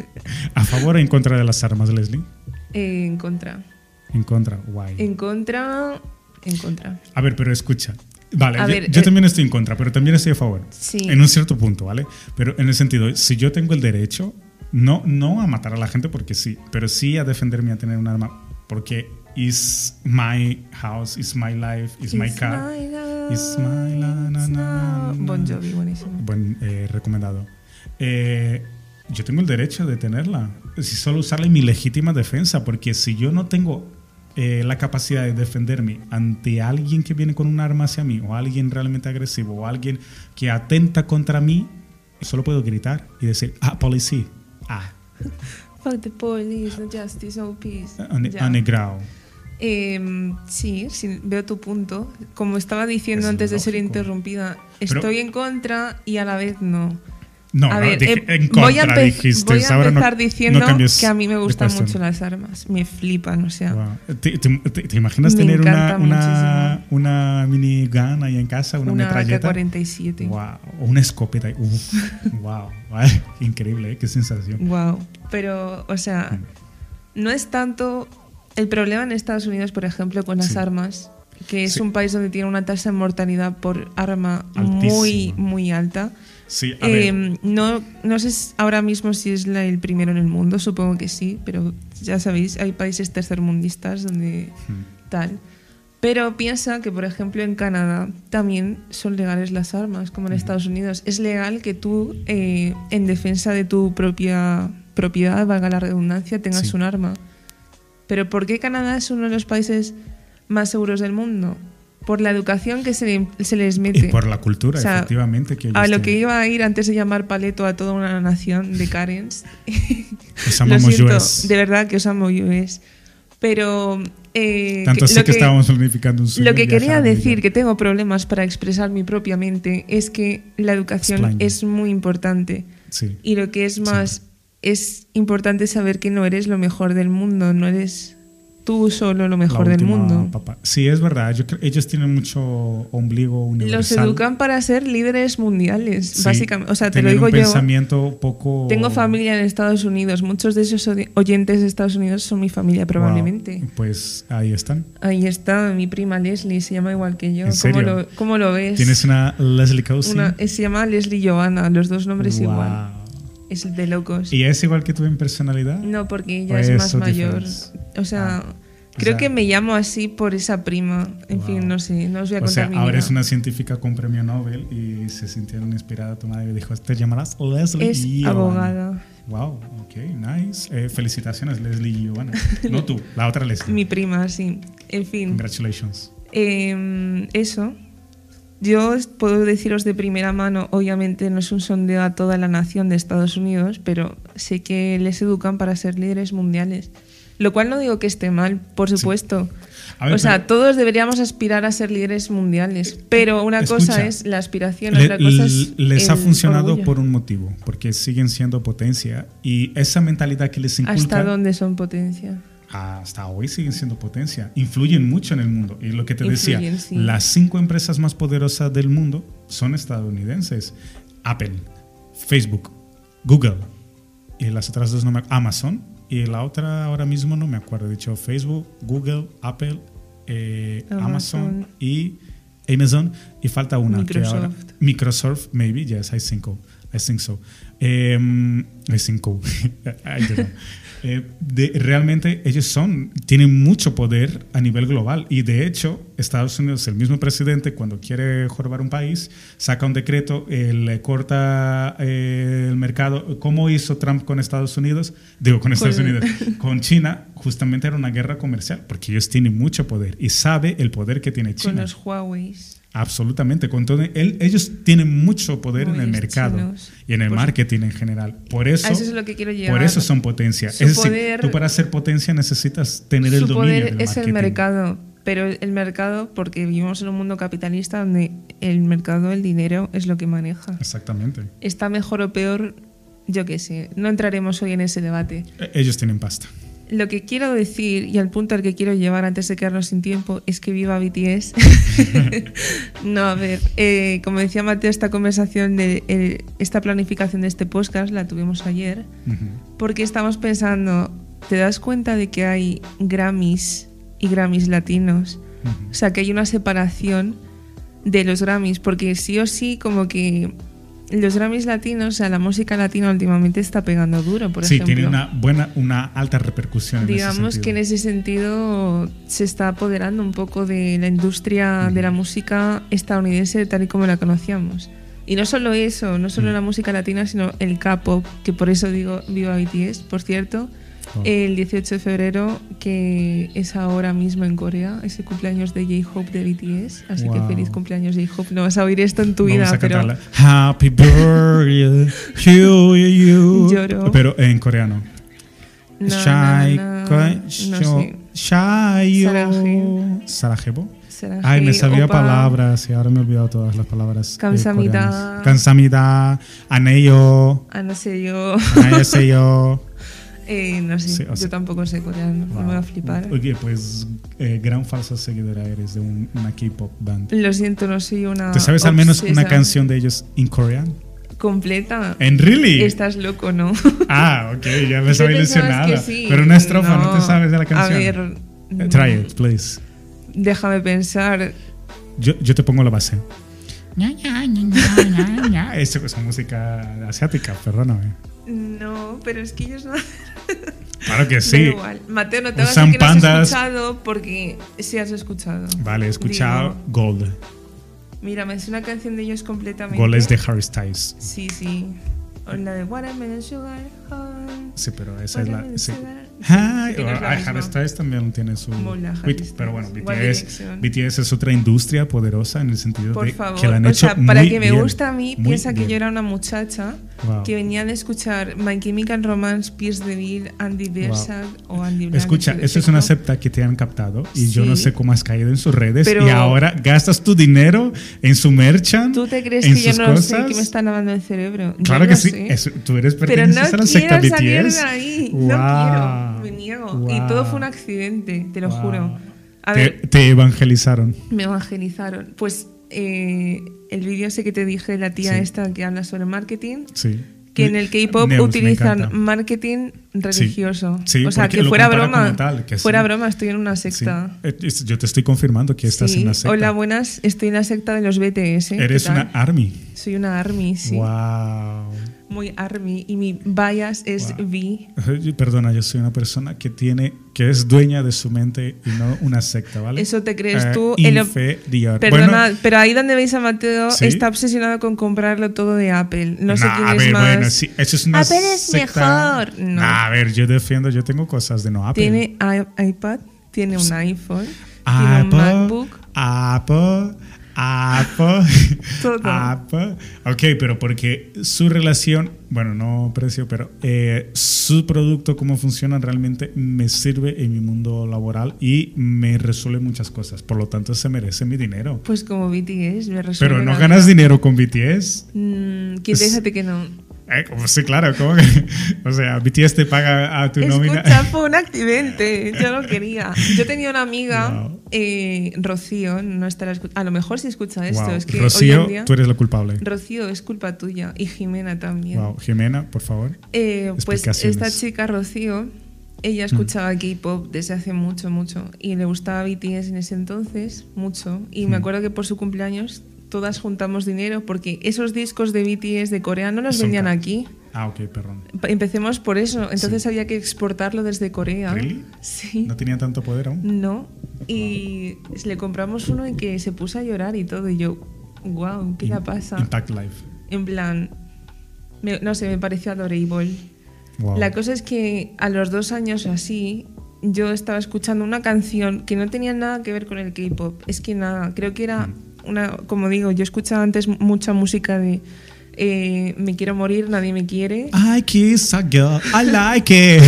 Speaker 2: ¿A favor o en contra de las armas, Leslie?
Speaker 1: Eh, en contra.
Speaker 2: En contra, guay.
Speaker 1: En contra. En contra.
Speaker 2: A ver, pero escucha. Vale,
Speaker 1: A
Speaker 2: yo,
Speaker 1: ver,
Speaker 2: yo
Speaker 1: eh,
Speaker 2: también estoy en contra, pero también estoy a favor.
Speaker 1: Sí.
Speaker 2: En un cierto punto, ¿vale? Pero en el sentido, si yo tengo el derecho, no, no a matar a la gente porque sí, pero sí a defenderme, a tener un arma, porque is my house, is my life, is my car. It's my la- na- na- na-
Speaker 1: Bon Jovi, buenísimo.
Speaker 2: Buen eh, recomendado. Eh, yo tengo el derecho de tenerla. Si solo usarla en mi legítima defensa, porque si yo no tengo eh, la capacidad de defenderme ante alguien que viene con un arma hacia mí, o alguien realmente agresivo, o alguien que atenta contra mí, solo puedo gritar y decir, ah, policía, ah,
Speaker 1: Fuck the police, no justice, no peace.
Speaker 2: on the-
Speaker 1: Ya.
Speaker 2: on the ground.
Speaker 1: Em, sí, sí, veo tu punto. Como estaba diciendo
Speaker 2: Es
Speaker 1: antes de ser
Speaker 2: lógico.
Speaker 1: interrumpida,
Speaker 2: Pero-
Speaker 1: estoy en contra y a la vez no.
Speaker 2: No,
Speaker 1: a
Speaker 2: no,
Speaker 1: ver,
Speaker 2: dije,
Speaker 1: em,
Speaker 2: en
Speaker 1: voy a,
Speaker 2: contra
Speaker 1: empe-
Speaker 2: dijiste.
Speaker 1: voy a
Speaker 2: ahora no-
Speaker 1: empezar
Speaker 2: no
Speaker 1: diciendo
Speaker 2: cambies
Speaker 1: que a mí me
Speaker 2: de
Speaker 1: gustan
Speaker 2: cuestión.
Speaker 1: mucho las armas. Me flipan, o sea.
Speaker 2: Wow. ¿Te, te- te- te imaginas
Speaker 1: Me
Speaker 2: tener una,
Speaker 1: encanta
Speaker 2: una, una minigun ahí en casa, una,
Speaker 1: Una
Speaker 2: metralleta?
Speaker 1: AK-47. Wow.
Speaker 2: Wow. O una escopeta. Uf. wow. Ay, Increíble, ¿eh? qué sensación.
Speaker 1: Pero, o sea,
Speaker 2: Mm.
Speaker 1: no es tanto. El problema en Estados Unidos, por ejemplo, con las
Speaker 2: Sí.
Speaker 1: armas, que es
Speaker 2: Sí.
Speaker 1: un país donde tiene una tasa de mortalidad por arma muy,
Speaker 2: Altísima.
Speaker 1: muy alta.
Speaker 2: Sí, a ver.
Speaker 1: Eh, no, no sé s- ahora mismo si es la- el primero en el mundo, supongo que sí, pero ya sabéis, hay países tercermundistas donde
Speaker 2: Hmm.
Speaker 1: tal. Pero piensa que, por ejemplo, en Canadá también son legales las armas, como en Estados Unidos. Es legal que tú, eh, en defensa de tu propia propiedad, valga la redundancia, tengas
Speaker 2: Sí.
Speaker 1: un arma. Pero ¿por qué Canadá es uno de los países más seguros del mundo? Por la educación que se, le- se les mete.
Speaker 2: Y por la cultura,
Speaker 1: O sea,
Speaker 2: efectivamente. Que
Speaker 1: A
Speaker 2: ellos
Speaker 1: lo que
Speaker 2: tienen.
Speaker 1: iba a ir antes de llamar paleto a toda una nación de Karens.
Speaker 2: Os
Speaker 1: lo
Speaker 2: amamos
Speaker 1: siento,
Speaker 2: US.
Speaker 1: de verdad que os amo US. Pero eh,
Speaker 2: Tanto
Speaker 1: que-
Speaker 2: así
Speaker 1: lo
Speaker 2: que,
Speaker 1: que-
Speaker 2: estábamos planificando un sueño
Speaker 1: lo que
Speaker 2: viajar a
Speaker 1: quería
Speaker 2: América.
Speaker 1: decir, que tengo problemas para expresar mi propia mente, es que la educación
Speaker 2: Explain.
Speaker 1: es muy importante.
Speaker 2: Sí.
Speaker 1: Y lo que es más, es importante saber que no eres lo mejor del mundo, no eres tú solo lo mejor
Speaker 2: La
Speaker 1: del
Speaker 2: última
Speaker 1: mundo.
Speaker 2: papa. Sí, es verdad. Yo creo- ellos tienen mucho ombligo
Speaker 1: Los
Speaker 2: universal.
Speaker 1: educan para ser líderes mundiales,
Speaker 2: Sí,
Speaker 1: básicamente. O sea, te lo
Speaker 2: tener
Speaker 1: digo
Speaker 2: un
Speaker 1: yo.
Speaker 2: pensamiento poco.
Speaker 1: Tengo familia en Estados Unidos, muchos de esos odi- oyentes de Estados Unidos son mi familia
Speaker 2: Wow.
Speaker 1: probablemente.
Speaker 2: Pues ahí están.
Speaker 1: Ahí está mi prima Leslie, se llama igual que yo.
Speaker 2: ¿En
Speaker 1: ¿Cómo,
Speaker 2: serio?
Speaker 1: lo, cómo lo ves?
Speaker 2: Tienes una Leslie Cousy.
Speaker 1: Una- eh, se llama Leslie Giovanna, los dos nombres
Speaker 2: Wow.
Speaker 1: igual. Es de locos.
Speaker 2: ¿Y es igual que tú en personalidad?
Speaker 1: No, porque ella
Speaker 2: ¿O
Speaker 1: es
Speaker 2: es
Speaker 1: más
Speaker 2: so
Speaker 1: mayor.
Speaker 2: different?
Speaker 1: O sea,
Speaker 2: Ah, o
Speaker 1: creo
Speaker 2: sea-
Speaker 1: que me llamo así por esa prima. En
Speaker 2: Wow.
Speaker 1: fin, no sé, no os voy a
Speaker 2: O
Speaker 1: contar
Speaker 2: sea,
Speaker 1: mi
Speaker 2: ahora
Speaker 1: vida.
Speaker 2: es una científica con premio Nobel y se sintieron inspirada. Tu madre dijo: Te llamarás Leslie
Speaker 1: Es
Speaker 2: Giovanna".
Speaker 1: abogada.
Speaker 2: Wow, ok, nice. Eh, felicitaciones, Leslie Giovanna. No tú, la otra Leslie.
Speaker 1: Mi prima, sí. En fin.
Speaker 2: Congratulations.
Speaker 1: Eh, eso. Yo os puedo deciros de primera mano, obviamente no es un sondeo a toda la nación de Estados Unidos, pero sé que les educan para ser líderes mundiales. Lo cual no digo que esté mal, por supuesto.
Speaker 2: A ver,
Speaker 1: o sea,
Speaker 2: pero-
Speaker 1: todos deberíamos aspirar a ser líderes mundiales, pero una cosa
Speaker 2: escucha,
Speaker 1: es la aspiración,
Speaker 2: Le-
Speaker 1: otra cosa es
Speaker 2: les
Speaker 1: el
Speaker 2: ha funcionado
Speaker 1: orgullo.
Speaker 2: por un motivo, porque siguen siendo potencia y esa mentalidad que les inculca
Speaker 1: hasta dónde son potencia.
Speaker 2: hasta hoy siguen siendo potencia, influyen mucho en el mundo. Y lo que te decía,
Speaker 1: Influyen, sí.
Speaker 2: las cinco empresas más poderosas del mundo son estadounidenses. Apple, Facebook, Google y las otras dos no me Amazon y la otra ahora mismo no me acuerdo. He dicho Facebook, Google, Apple, eh, Amazon.
Speaker 1: Amazon.
Speaker 2: y Amazon y falta una que ahora
Speaker 1: Microsoft.
Speaker 2: Microsoft maybe yes I think so I think so Em, I think so. I don't know. Eh, de- realmente ellos son tienen mucho poder a nivel global y de hecho Estados Unidos el mismo presidente cuando quiere jorbar un país saca un decreto eh, le corta eh, el mercado cómo hizo Trump con Estados Unidos digo con Estados
Speaker 1: Con-
Speaker 2: Unidos con China justamente era una guerra comercial porque ellos tienen mucho poder y sabe el poder que tiene
Speaker 1: Con
Speaker 2: China
Speaker 1: los Huawei.
Speaker 2: Absolutamente. Con todo, el- ellos tienen mucho poder en el
Speaker 1: Móviles
Speaker 2: mercado
Speaker 1: chinos.
Speaker 2: y en el
Speaker 1: Por-
Speaker 2: marketing en general. Por eso,
Speaker 1: A eso es lo que quiero llegar.
Speaker 2: por eso son potencia.
Speaker 1: Su
Speaker 2: es decir,
Speaker 1: poder-
Speaker 2: tú para ser potencia necesitas tener el
Speaker 1: Su
Speaker 2: dominio
Speaker 1: poder
Speaker 2: del
Speaker 1: es el
Speaker 2: marketing.
Speaker 1: mercado. Pero el mercado, porque vivimos en un mundo capitalista donde el mercado, el dinero, es lo que maneja.
Speaker 2: Exactamente.
Speaker 1: Está mejor o peor, yo qué sé. No entraremos hoy en ese debate.
Speaker 2: E- Ellos tienen pasta.
Speaker 1: Lo que quiero decir y al punto al que quiero llevar antes de quedarnos sin tiempo es que viva BTS. no, a ver, eh, como decía Mateo, esta conversación, de, el- esta planificación de este podcast la tuvimos ayer,
Speaker 2: Ujú.
Speaker 1: porque estamos pensando, ¿te das cuenta de que hay Grammys y Grammys latinos?
Speaker 2: Ujú.
Speaker 1: O sea, que hay una separación de los Grammys, porque sí o sí, como que los Grammys latinos, o sea, la música latina últimamente está pegando duro, por
Speaker 2: sí,
Speaker 1: ejemplo.
Speaker 2: tiene una buena, una alta repercusión.
Speaker 1: Digamos
Speaker 2: en ese
Speaker 1: que en ese sentido se está apoderando un poco de la industria de la música estadounidense tal y como la conocíamos. Y no solo eso, no solo la música latina, sino el K-pop, que por eso digo viva BTS, por cierto.
Speaker 2: Oh.
Speaker 1: El 18 de febrero, que es ahora mismo en Corea, es el cumpleaños de J-Hope de BTS. Así que
Speaker 2: Wow.
Speaker 1: feliz cumpleaños J-Hope. No vas a oír esto en tu
Speaker 2: Vamos
Speaker 1: vida,
Speaker 2: a
Speaker 1: pero
Speaker 2: cantarla. Happy birthday to you.
Speaker 1: Lloro.
Speaker 2: Pero en coreano.
Speaker 1: No, no,
Speaker 2: Shy,
Speaker 1: no, no,
Speaker 2: coi-
Speaker 1: no
Speaker 2: sho-
Speaker 1: sé.
Speaker 2: shayo-
Speaker 1: Sarajevo.
Speaker 2: Sarajevo.
Speaker 1: Será
Speaker 2: Ay, me
Speaker 1: así,
Speaker 2: sabía
Speaker 1: opa.
Speaker 2: palabras y ahora me he olvidado todas las palabras. eh,
Speaker 1: Kamsamida.
Speaker 2: coreanas. Kamsamida, anello,
Speaker 1: Ah, no sé, yo.
Speaker 2: anayeseyo.
Speaker 1: Eh, no sé,
Speaker 2: Sí, o
Speaker 1: yo
Speaker 2: sea-
Speaker 1: tampoco sé coreano, no me va a flipar.
Speaker 2: Oye, pues eh, gran falsa seguidora eres de un- una K-pop band.
Speaker 1: Lo siento, no oh, soy una.
Speaker 2: ¿Te sabes al menos una
Speaker 1: obsesa
Speaker 2: canción de ellos en coreano?
Speaker 1: Completa.
Speaker 2: ¿En really?
Speaker 1: Estás loco, ¿no?
Speaker 2: Ah, ok, ya me
Speaker 1: Yo
Speaker 2: estaba
Speaker 1: pensaba
Speaker 2: ilusionada.
Speaker 1: que sí,
Speaker 2: Pero una estrofa, no. te sabes de la canción?
Speaker 1: A ver.
Speaker 2: Eh, try it, please.
Speaker 1: Déjame pensar.
Speaker 2: Yo, yo te pongo la base. Ah, eso es música asiática, perdóname.
Speaker 1: No, pero es que ellos no.
Speaker 2: Claro que
Speaker 1: Da
Speaker 2: sí.
Speaker 1: igual. Mateo, no te
Speaker 2: Usan
Speaker 1: vas a decir que no has
Speaker 2: pandas.
Speaker 1: escuchado porque sí has escuchado.
Speaker 2: Vale, he escuchado
Speaker 1: Digo,
Speaker 2: Gold.
Speaker 1: mira, me es una canción de ellos completamente.
Speaker 2: Gold es de Harry Styles.
Speaker 1: Sí, sí. O la de Watermelon Sugar. Home.
Speaker 2: Sí, pero esa es la.
Speaker 1: Watermelon
Speaker 2: Sí.
Speaker 1: Sugar.
Speaker 2: Ay,
Speaker 1: Sí, no es la
Speaker 2: ay,
Speaker 1: misma.
Speaker 2: Harry Styles también tiene su.
Speaker 1: Mola, Harry
Speaker 2: Wait,
Speaker 1: Styles.
Speaker 2: pero bueno,
Speaker 1: One
Speaker 2: BTS,
Speaker 1: Direction.
Speaker 2: BTS es otra industria poderosa en el sentido
Speaker 1: Por
Speaker 2: de
Speaker 1: favor,
Speaker 2: que la han
Speaker 1: o
Speaker 2: hecho
Speaker 1: sea, para
Speaker 2: muy
Speaker 1: que me
Speaker 2: bien,
Speaker 1: gusta a mí,
Speaker 2: muy
Speaker 1: piensa que
Speaker 2: bien.
Speaker 1: yo era una muchacha
Speaker 2: Wow.
Speaker 1: que venía de escuchar My Chemical Romance, Pierce DeVille, Andy Bersac o Andy Blanc.
Speaker 2: Escucha,
Speaker 1: en su
Speaker 2: eso es una
Speaker 1: defecto.
Speaker 2: secta que te han captado y yo no
Speaker 1: Sí.
Speaker 2: sé cómo has caído en sus redes
Speaker 1: Pero-
Speaker 2: y ahora gastas tu dinero en su merchan.
Speaker 1: ¿Tú te crees
Speaker 2: en
Speaker 1: que yo
Speaker 2: sus
Speaker 1: no sé
Speaker 2: cosas.
Speaker 1: que me están lavando el cerebro? Yo
Speaker 2: Claro que
Speaker 1: lo
Speaker 2: sí,
Speaker 1: sé.
Speaker 2: eso- tú eres
Speaker 1: Pero no
Speaker 2: perteneces a la secta
Speaker 1: quiero
Speaker 2: BTS.
Speaker 1: salir de ahí. No
Speaker 2: Guau,
Speaker 1: quiero. Me niego.
Speaker 2: guau,
Speaker 1: Y todo fue un accidente, te lo
Speaker 2: guau.
Speaker 1: juro. A
Speaker 2: Te-
Speaker 1: ver,
Speaker 2: te, evangelizaron.
Speaker 1: me evangelizaron. Pues eh, el vídeo ese que te dije de la tía
Speaker 2: Sí.
Speaker 1: esta que habla sobre marketing.
Speaker 2: Sí.
Speaker 1: que en el K-pop
Speaker 2: Neus, me
Speaker 1: utilizan
Speaker 2: encanta.
Speaker 1: marketing religioso.
Speaker 2: Sí,
Speaker 1: o sea,
Speaker 2: porque
Speaker 1: que
Speaker 2: lo
Speaker 1: fuera
Speaker 2: compara
Speaker 1: broma,
Speaker 2: como tal, que sí.
Speaker 1: fuera broma, estoy en una secta.
Speaker 2: Sí. Eh, es- Yo te estoy confirmando que estás
Speaker 1: Sí.
Speaker 2: en la secta.
Speaker 1: Hola, buenas, estoy en la secta de los BTS. ¿qué
Speaker 2: eres
Speaker 1: tal?
Speaker 2: una army.
Speaker 1: Soy una army, sí.
Speaker 2: Wow.
Speaker 1: Muy army y mi bias es
Speaker 2: Guau.
Speaker 1: B.
Speaker 2: Perdona, yo soy una persona que tiene, que es dueña de su mente y no una secta, ¿vale?
Speaker 1: Eso te crees
Speaker 2: Eh,
Speaker 1: tú, el ob-
Speaker 2: Inferior.
Speaker 1: Perdona,
Speaker 2: Bueno,
Speaker 1: pero ahí donde veis a Mateo
Speaker 2: Sí.
Speaker 1: está obsesionado con comprarlo todo de Apple. No sé
Speaker 2: Nah,
Speaker 1: quién
Speaker 2: a
Speaker 1: es
Speaker 2: ver,
Speaker 1: más.
Speaker 2: bueno, sí, eso es una
Speaker 1: Apple es
Speaker 2: secta.
Speaker 1: mejor. No.
Speaker 2: Nah, a ver, yo defiendo, yo tengo cosas de no Apple.
Speaker 1: Tiene i- iPad, tiene un iPhone, tiene un
Speaker 2: Apple,
Speaker 1: MacBook.
Speaker 2: Apple, Apple,
Speaker 1: Todo.
Speaker 2: Apple. Ok, pero porque su relación, bueno, no precio, pero eh, su producto, cómo funciona, realmente me sirve en mi mundo laboral y me resuelve muchas cosas. Por lo tanto, se merece mi dinero.
Speaker 1: Pues como BTS, me resuelve
Speaker 2: Pero no
Speaker 1: la
Speaker 2: ganas dinero con BTS.
Speaker 1: Mm, que déjate que no.
Speaker 2: Eh, como- sí, claro, ¿cómo que? O sea, BTS te paga a tu nómina.
Speaker 1: Escucha, fue un accidente. Yo no quería. Yo tenía una amiga,
Speaker 2: Wow.
Speaker 1: eh, Rocío, no estará escu- A lo mejor si escucha esto.
Speaker 2: Wow.
Speaker 1: Es que hoy
Speaker 2: Rocío,
Speaker 1: en día.
Speaker 2: tú eres la culpable.
Speaker 1: Rocío, es culpa tuya. Y Jimena también.
Speaker 2: Wow. Jimena, por favor.
Speaker 1: Eh, pues
Speaker 2: Explicaciones. Mm.
Speaker 1: esta chica, Rocío, ella escuchaba K-pop desde hace mucho, mucho. Y le gustaba BTS en ese entonces, mucho. Y me
Speaker 2: Mm.
Speaker 1: acuerdo que por su cumpleaños todas juntamos dinero porque esos discos de BTS de Corea no los
Speaker 2: Son
Speaker 1: vendían
Speaker 2: caros.
Speaker 1: aquí.
Speaker 2: Ah, ok, perdón.
Speaker 1: Pa- Empecemos por eso. Entonces había que exportarlo desde Corea.
Speaker 2: ¿Really?
Speaker 1: Sí.
Speaker 2: No tenía tanto poder aún.
Speaker 1: No. Y le compramos uno y que se puso a llorar y todo. Y yo, wow, ¿qué
Speaker 2: In-
Speaker 1: le pasa?
Speaker 2: Impact Life.
Speaker 1: En plan, me- no sé, me pareció adorable.
Speaker 2: Wow.
Speaker 1: La cosa es que a los dos años o así, yo estaba escuchando una canción que no tenía nada que ver con el K-pop. Es que nada, creo que era
Speaker 2: Mm.
Speaker 1: una, como digo, yo escuchaba antes mucha música de eh, Me quiero morir, nadie me quiere.
Speaker 2: I kiss a girl, I like it.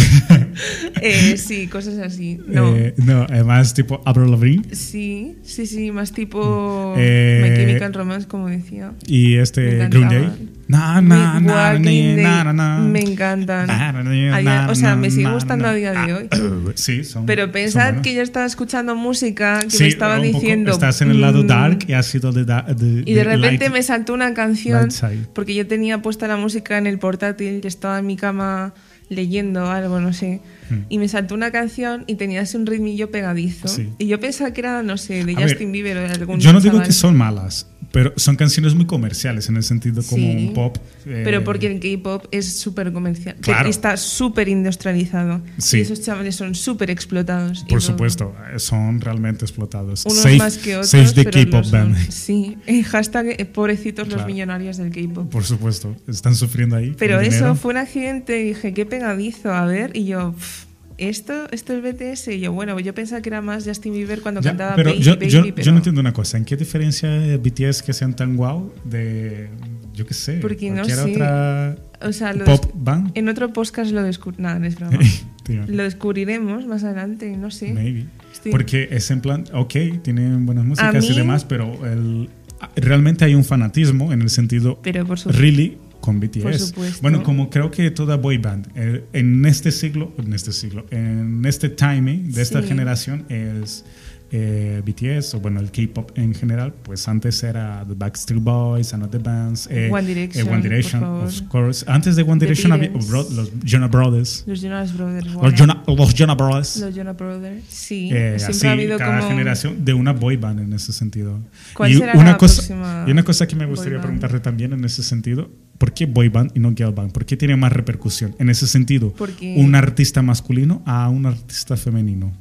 Speaker 1: Eh, sí, cosas así. No.
Speaker 2: Eh, no, además tipo Avril Lavigne
Speaker 1: sí, sí, sí, más tipo
Speaker 2: Eh,
Speaker 1: My Chemical Romance, como decía.
Speaker 2: y
Speaker 1: Me
Speaker 2: este Green
Speaker 1: encantaba.
Speaker 2: Day. Na, na,
Speaker 1: Me-
Speaker 2: na,
Speaker 1: Walking
Speaker 2: ni,
Speaker 1: Dead,
Speaker 2: na, na, na.
Speaker 1: Me encantan.
Speaker 2: Na, na, ni,
Speaker 1: A día-
Speaker 2: na,
Speaker 1: o sea, me
Speaker 2: na,
Speaker 1: sigue
Speaker 2: na,
Speaker 1: gustando
Speaker 2: na.
Speaker 1: a día de
Speaker 2: Ah,
Speaker 1: hoy.
Speaker 2: Sí, son
Speaker 1: Pero
Speaker 2: son
Speaker 1: pensad
Speaker 2: buenas.
Speaker 1: que yo estaba escuchando música que
Speaker 2: Sí,
Speaker 1: me estaba
Speaker 2: un poco
Speaker 1: diciendo.
Speaker 2: Estás en el lado
Speaker 1: mm,
Speaker 2: dark y has sido de, da- de-
Speaker 1: Y de repente
Speaker 2: light-
Speaker 1: me saltó una canción
Speaker 2: light side.
Speaker 1: porque yo tenía puesta la música en el portátil y estaba en mi cama leyendo algo, no sé.
Speaker 2: Hmm.
Speaker 1: Y me saltó una canción y tenías un ritmillo pegadizo.
Speaker 2: Sí.
Speaker 1: Y yo pensaba que era, no sé, de
Speaker 2: A ver,
Speaker 1: Justin Bieber o de algún
Speaker 2: Yo no digo
Speaker 1: chaval.
Speaker 2: que son malas, pero son canciones muy comerciales en el sentido como
Speaker 1: Sí,
Speaker 2: un pop. eh,
Speaker 1: Pero porque el K-pop es súper comercial. que
Speaker 2: Claro.
Speaker 1: Está súper industrializado.
Speaker 2: Sí.
Speaker 1: Y esos chavales son súper explotados. y
Speaker 2: Por
Speaker 1: todo.
Speaker 2: supuesto, eh, son realmente explotados.
Speaker 1: Unos
Speaker 2: Save-
Speaker 1: más que otros.
Speaker 2: Save the
Speaker 1: pero lo
Speaker 2: K-pop
Speaker 1: son.
Speaker 2: band.
Speaker 1: Sí. Eh, Hashtag eh, pobrecitos
Speaker 2: Claro.
Speaker 1: los millonarios del K-pop.
Speaker 2: Por supuesto, están sufriendo ahí.
Speaker 1: Pero
Speaker 2: con
Speaker 1: eso
Speaker 2: dinero.
Speaker 1: fue un accidente. Dije, qué pegadizo. A ver. Y yo, "Pff, esto, esto es BTS. Y yo, bueno, yo pensaba que era más Justin Bieber cuando
Speaker 2: Ya,
Speaker 1: cantaba
Speaker 2: pero
Speaker 1: Baby,
Speaker 2: yo,
Speaker 1: Baby,
Speaker 2: yo-
Speaker 1: pero-
Speaker 2: yo no entiendo una cosa. ¿En qué diferencia eh, BTS que sean tan guau de, yo qué sé,
Speaker 1: Porque no
Speaker 2: cualquier
Speaker 1: sé.
Speaker 2: otra
Speaker 1: O sea, lo
Speaker 2: pop
Speaker 1: des-
Speaker 2: band?
Speaker 1: en otro podcast lo descubriremos. es broma.
Speaker 2: Tío,
Speaker 1: lo descubriremos más adelante. No sé.
Speaker 2: Maybe.
Speaker 1: Estoy-
Speaker 2: Porque es en plan, ok, tienen buenas músicas y
Speaker 1: mí-
Speaker 2: demás, pero el- realmente hay un fanatismo en el sentido
Speaker 1: Pero por supuesto.
Speaker 2: really con BTS.
Speaker 1: supuesto.
Speaker 2: Bueno, como creo que toda boy band eh, en este siglo, en este siglo, en este timing de esta
Speaker 1: Sí.
Speaker 2: generación es eh, BTS o bueno el K-pop en general. Pues antes era The Backstreet Boys, Another Bands, eh,
Speaker 1: One
Speaker 2: eh,
Speaker 1: Direction,
Speaker 2: One Direction,
Speaker 1: por favor.
Speaker 2: of course. Antes de One
Speaker 1: The
Speaker 2: Direction había
Speaker 1: Beatles.
Speaker 2: Bro- los Jonah Brothers,
Speaker 1: Los Jonas Brothers.
Speaker 2: los
Speaker 1: bueno.
Speaker 2: Jonah, los Jonah Brothers.
Speaker 1: Los Jonas Brothers. Sí.
Speaker 2: Eh,
Speaker 1: siempre
Speaker 2: así,
Speaker 1: ha habido
Speaker 2: cada
Speaker 1: como.
Speaker 2: generación de una boy band en ese sentido.
Speaker 1: ¿Cuál
Speaker 2: y
Speaker 1: será
Speaker 2: una
Speaker 1: la
Speaker 2: cosa,
Speaker 1: próxima
Speaker 2: Y una cosa que me gustaría
Speaker 1: boy band?
Speaker 2: preguntarte también en ese sentido, ¿por qué boy band y no girl band? ¿Por qué tiene más repercusión en ese sentido?
Speaker 1: Porque-
Speaker 2: Un artista masculino a un artista femenino.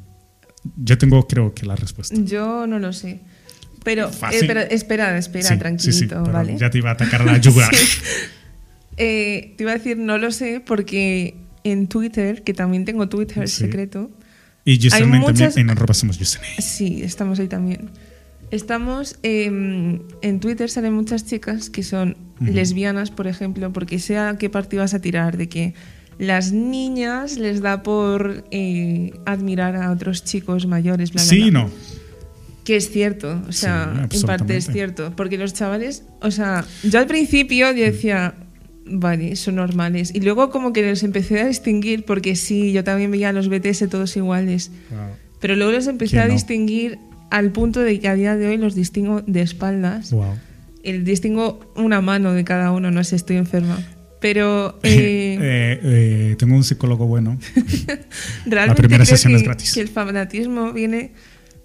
Speaker 2: Yo tengo, creo que la respuesta.
Speaker 1: Yo no lo sé. Pero, eh,
Speaker 2: Fácil.
Speaker 1: pero espera, espera,
Speaker 2: Sí,
Speaker 1: tranquilito,
Speaker 2: sí, sí, pero
Speaker 1: ¿vale?
Speaker 2: Ya te iba a atacar la yugular.
Speaker 1: Sí. Eh, te iba a decir, no lo sé, porque en Twitter, que también tengo Twitter
Speaker 2: Sí.
Speaker 1: secreto,
Speaker 2: Y Justin
Speaker 1: muchas-
Speaker 2: también en arroba somos Justin.
Speaker 1: sí, estamos ahí también. Estamos eh, en Twitter, salen muchas chicas que son
Speaker 2: Ujú.
Speaker 1: lesbianas, por ejemplo, porque sea qué partido vas a tirar, de que las niñas les da por eh, admirar a otros chicos mayores, bla, bla,
Speaker 2: Sí,
Speaker 1: bla.
Speaker 2: no.
Speaker 1: Que es cierto, o
Speaker 2: Sí,
Speaker 1: sea, en parte
Speaker 2: absolutamente.
Speaker 1: es cierto, porque los chavales, o sea, yo al principio yo decía, vale, son normales, y luego como que los empecé a distinguir, porque sí, yo también veía a los BTS todos iguales, pero luego los empecé
Speaker 2: ¿Quién
Speaker 1: a
Speaker 2: no?
Speaker 1: distinguir al punto de que a día de hoy los distingo de espaldas,
Speaker 2: Wow. wow.
Speaker 1: el distingo una mano de cada uno, no sé, estoy enferma, pero eh,
Speaker 2: Eh, eh, tengo un psicólogo bueno.
Speaker 1: Realmente
Speaker 2: primera
Speaker 1: creo
Speaker 2: sesión
Speaker 1: que,
Speaker 2: es gratis.
Speaker 1: que el fanatismo viene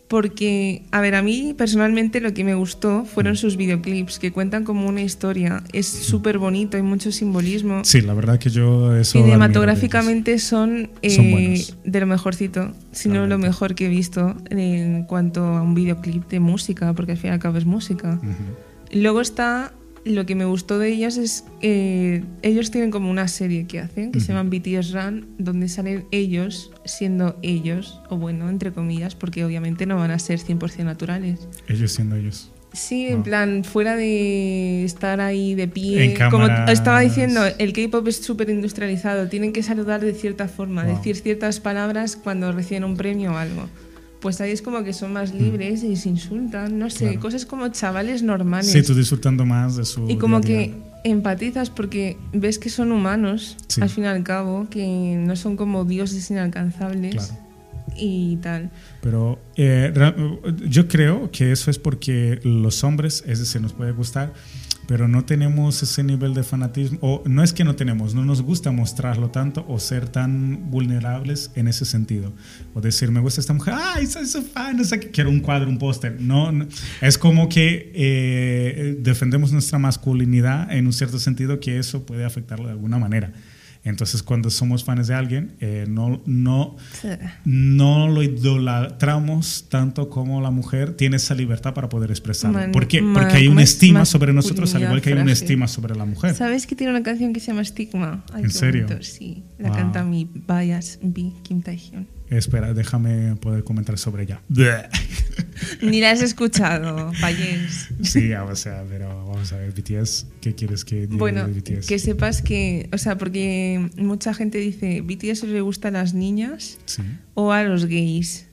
Speaker 1: porque, a ver, a mí personalmente lo que me gustó
Speaker 2: Mm.
Speaker 1: fueron sus videoclips, que cuentan como una historia. Es súper bonito, hay mucho simbolismo.
Speaker 2: Sí, la verdad que yo eso. admiro de ellos.
Speaker 1: Cinematográficamente son,
Speaker 2: Son
Speaker 1: eh,
Speaker 2: buenos.
Speaker 1: de lo mejorcito, si no lo
Speaker 2: Realmente.
Speaker 1: mejor que he visto en cuanto a un videoclip de música, porque al fin y al cabo es música.
Speaker 2: Ujú.
Speaker 1: Luego está, lo que me gustó de ellas es, eh, ellos tienen como una serie que hacen, que se
Speaker 2: Ujú.
Speaker 1: llaman BTS Run, donde salen ellos siendo ellos, o bueno, entre comillas, porque obviamente no van a ser 100% naturales.
Speaker 2: Ellos siendo ellos.
Speaker 1: Sí, en
Speaker 2: No.
Speaker 1: plan, fuera de estar ahí de pie.
Speaker 2: En
Speaker 1: Como
Speaker 2: cámaras.
Speaker 1: estaba diciendo, el K-pop es súper industrializado. Tienen que saludar de cierta forma,
Speaker 2: Wow.
Speaker 1: decir ciertas palabras cuando reciben un premio o algo. Pues ahí es como que son más libres y se insultan, no sé,
Speaker 2: Mm. Claro.
Speaker 1: cosas como chavales normales.
Speaker 2: Sí, tú disfrutando más de su.
Speaker 1: Y como
Speaker 2: día a
Speaker 1: que
Speaker 2: día.
Speaker 1: empatizas porque ves que son humanos,
Speaker 2: Sí.
Speaker 1: al fin y al cabo, que no son como dioses inalcanzables
Speaker 2: Claro.
Speaker 1: y tal.
Speaker 2: Pero eh, ra- yo creo que eso es porque los hombres, es decir, nos puede gustar, pero no tenemos ese nivel de fanatismo. O no es que no tenemos, no nos gusta mostrarlo tanto o ser tan vulnerables en ese sentido. O decir, me gusta esta mujer, ¡ay, soy su fan! O sea, que quiero un cuadro, un póster. No, no. es como que eh, defendemos nuestra masculinidad en un cierto sentido que eso puede afectarlo de alguna manera. Entonces, cuando somos fans de alguien, eh, no, no, no lo idolatramos tanto como la mujer tiene esa libertad para poder expresarlo.
Speaker 1: Man-
Speaker 2: ¿Por qué?
Speaker 1: ma-
Speaker 2: Porque hay
Speaker 1: ¿cómo
Speaker 2: una
Speaker 1: es?
Speaker 2: estima sobre nosotros, al
Speaker 1: Masculinidad
Speaker 2: igual que hay una
Speaker 1: frágil.
Speaker 2: estima sobre la mujer.
Speaker 1: ¿Sabes que tiene una canción que se llama Stigma? Ay,
Speaker 2: ¿En
Speaker 1: qué
Speaker 2: serio?
Speaker 1: bonito, Sí, la
Speaker 2: Wow.
Speaker 1: canta mi Bias B, Kim Taehyun.
Speaker 2: Espera, déjame poder comentar sobre ella.
Speaker 1: Ni la has escuchado, Payens.
Speaker 2: Sí, o sea, pero vamos a ver, BTS, ¿qué quieres que diga
Speaker 1: Bueno,
Speaker 2: de BTS?
Speaker 1: que sepas que, o sea, porque mucha gente dice, BTS le gusta a las niñas
Speaker 2: Sí.
Speaker 1: o a los gays.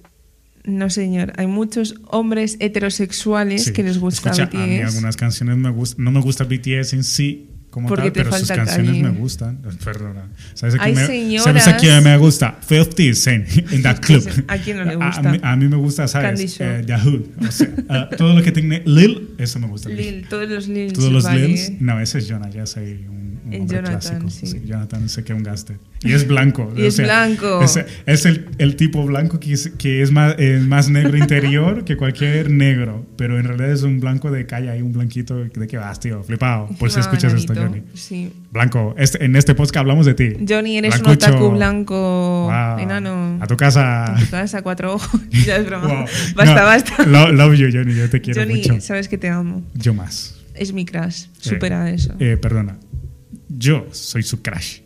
Speaker 1: No, señor, hay muchos hombres heterosexuales
Speaker 2: Sí.
Speaker 1: que les gusta
Speaker 2: Escucha, A mí
Speaker 1: BTS.
Speaker 2: algunas canciones me gustan. No me gusta BTS en sí como
Speaker 1: Porque
Speaker 2: tal,
Speaker 1: te
Speaker 2: pero sus
Speaker 1: falta
Speaker 2: canciones
Speaker 1: calle.
Speaker 2: me gustan. Perdona. ¿Sabes a,
Speaker 1: Hay
Speaker 2: quién me,
Speaker 1: señoras-
Speaker 2: ¿sabes a quién me gusta? 50 Cent en that club.
Speaker 1: ¿A quién no le
Speaker 2: A,
Speaker 1: gusta?
Speaker 2: mí, a mí me gusta, ¿sabes?
Speaker 1: Candy Shop.
Speaker 2: Eh, The Hood. O sea, eh, todo lo que tiene Lil, eso me gusta.
Speaker 1: Lil, todos los Lils.
Speaker 2: Todos los
Speaker 1: vale.
Speaker 2: Lils. No, ese es Jonah, ya soy un, un
Speaker 1: Eh,
Speaker 2: hombre
Speaker 1: Jonathan,
Speaker 2: clásico.
Speaker 1: sí.
Speaker 2: Sí, Jonathan sé que es un gaster. Y es blanco.
Speaker 1: Y es blanco.
Speaker 2: Es, es el, el tipo blanco que es, que es más, eh, más negro interior que cualquier negro. Pero en realidad es un blanco de calle, hay un blanquito de que vas, tío, flipado. Por si pues
Speaker 1: Encima
Speaker 2: escuchas esto, Johnny.
Speaker 1: bananito, Sí.
Speaker 2: Blanco, este- en este podcast hablamos de ti.
Speaker 1: Johnny, eres
Speaker 2: Blancucho.
Speaker 1: un otaku blanco
Speaker 2: Wow.
Speaker 1: enano.
Speaker 2: A tu casa.
Speaker 1: En tu casa, cuatro ojos. ya es broma.
Speaker 2: Wow.
Speaker 1: Basta,
Speaker 2: Ah. No,
Speaker 1: basta.
Speaker 2: lo- love you, Johnny, yo te quiero
Speaker 1: Johnny,
Speaker 2: mucho.
Speaker 1: sabes que te amo.
Speaker 2: Yo más.
Speaker 1: Es mi crush. Supera eso.
Speaker 2: Eh, perdona. Yo soy su crush.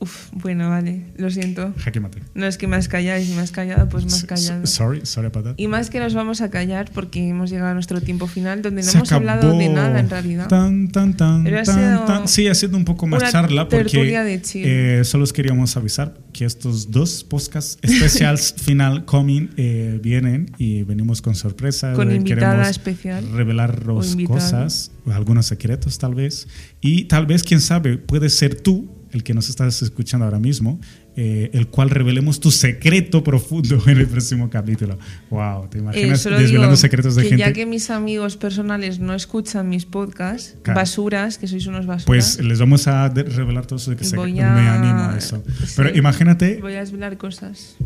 Speaker 1: Uf, bueno, vale. Lo siento.
Speaker 2: Jaque mate.
Speaker 1: No es que me has callado y si me has callado, pues me has
Speaker 2: S-
Speaker 1: callado.
Speaker 2: s- Sorry, sorry about that.
Speaker 1: Y más que nos vamos a callar porque hemos llegado a nuestro tiempo final donde no
Speaker 2: Se
Speaker 1: hemos hablado de
Speaker 2: acabó.
Speaker 1: nada en realidad. Eh,
Speaker 2: Tan, tan, tan,
Speaker 1: Pero ha
Speaker 2: tan,
Speaker 1: sido
Speaker 2: tan. Sí, ha sido un poco más
Speaker 1: una
Speaker 2: charla
Speaker 1: tertulia
Speaker 2: porque
Speaker 1: de chill.
Speaker 2: eh, solo os queríamos avisar que estos dos podcasts specials final coming eh, vienen y venimos con sorpresa.
Speaker 1: Con
Speaker 2: eh,
Speaker 1: invitada
Speaker 2: queremos
Speaker 1: especial o
Speaker 2: Revelaros
Speaker 1: invitado.
Speaker 2: cosas, algunos secretos tal vez. Y tal vez, quién sabe, puede ser tú el que nos estás escuchando ahora mismo, eh, el cual revelemos tu secreto profundo en el próximo capítulo. Wow, ¿te
Speaker 1: Eh,
Speaker 2: imaginas
Speaker 1: solo
Speaker 2: desvelando
Speaker 1: digo
Speaker 2: secretos de
Speaker 1: que
Speaker 2: gente?
Speaker 1: ya que mis amigos personales no escuchan mis podcasts,
Speaker 2: Claro.
Speaker 1: basuras, que sois unos basuras,
Speaker 2: Pues les vamos a de- revelar todo eso de que se,
Speaker 1: Voy
Speaker 2: me
Speaker 1: a-
Speaker 2: anima eso. Pero
Speaker 1: sí.
Speaker 2: imagínate,
Speaker 1: voy a desvelar cosas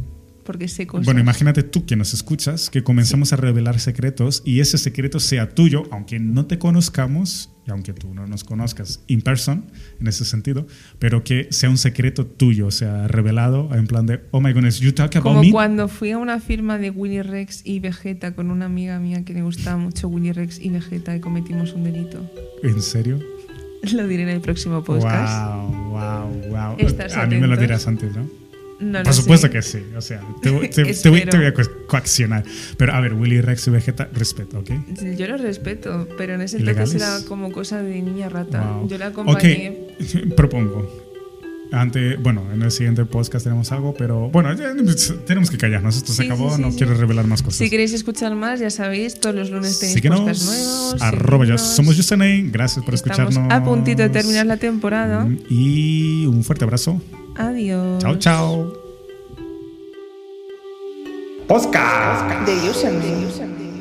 Speaker 1: porque sé cosas.
Speaker 2: bueno, imagínate tú que nos escuchas, que comenzamos a revelar secretos y ese secreto sea tuyo, aunque no te conozcamos y aunque tú no nos conozcas in person, en ese sentido, pero que sea un secreto tuyo, o sea, revelado en plan de, oh my goodness, you talk about
Speaker 1: Como
Speaker 2: me.
Speaker 1: cuando fui a una firma de Willy Rex y Vegeta con una amiga mía que le gustaba mucho Willy Rex y Vegeta y cometimos un delito.
Speaker 2: ¿En serio?
Speaker 1: Lo diré en el próximo podcast.
Speaker 2: Wow, wow, wow.
Speaker 1: Estás
Speaker 2: a mí me lo
Speaker 1: atentos.
Speaker 2: dirás antes, ¿no?
Speaker 1: No lo
Speaker 2: Por supuesto
Speaker 1: sé.
Speaker 2: que sí. O sea, te, voy- te- te voy, te voy a
Speaker 1: Espero.
Speaker 2: co- coaccionar. Pero a ver, Willy Rex y Vegeta, respeto, ¿ok?
Speaker 1: Yo lo respeto, pero en ese entonces
Speaker 2: ¿Ilegales?
Speaker 1: era como cosa de niña rata.
Speaker 2: Wow.
Speaker 1: Yo la acompañé.
Speaker 2: Ok, propongo. Ante, bueno, en el siguiente podcast tenemos algo, pero bueno, ya, pues, tenemos que callarnos. Esto se
Speaker 1: Sí,
Speaker 2: acabó,
Speaker 1: sí, sí,
Speaker 2: no
Speaker 1: sí.
Speaker 2: quiero revelar más cosas.
Speaker 1: Si queréis escuchar más, ya sabéis, todos los lunes tenéis este podcast nuevos.
Speaker 2: arroba, ya
Speaker 1: seguidnos.
Speaker 2: somos Yusanei. Gracias por
Speaker 1: Estamos
Speaker 2: escucharnos. Mm,
Speaker 1: a puntito de terminar la temporada.
Speaker 2: Y un fuerte abrazo.
Speaker 1: Adiós.
Speaker 2: Chao, chao. Podcast.
Speaker 1: De Username.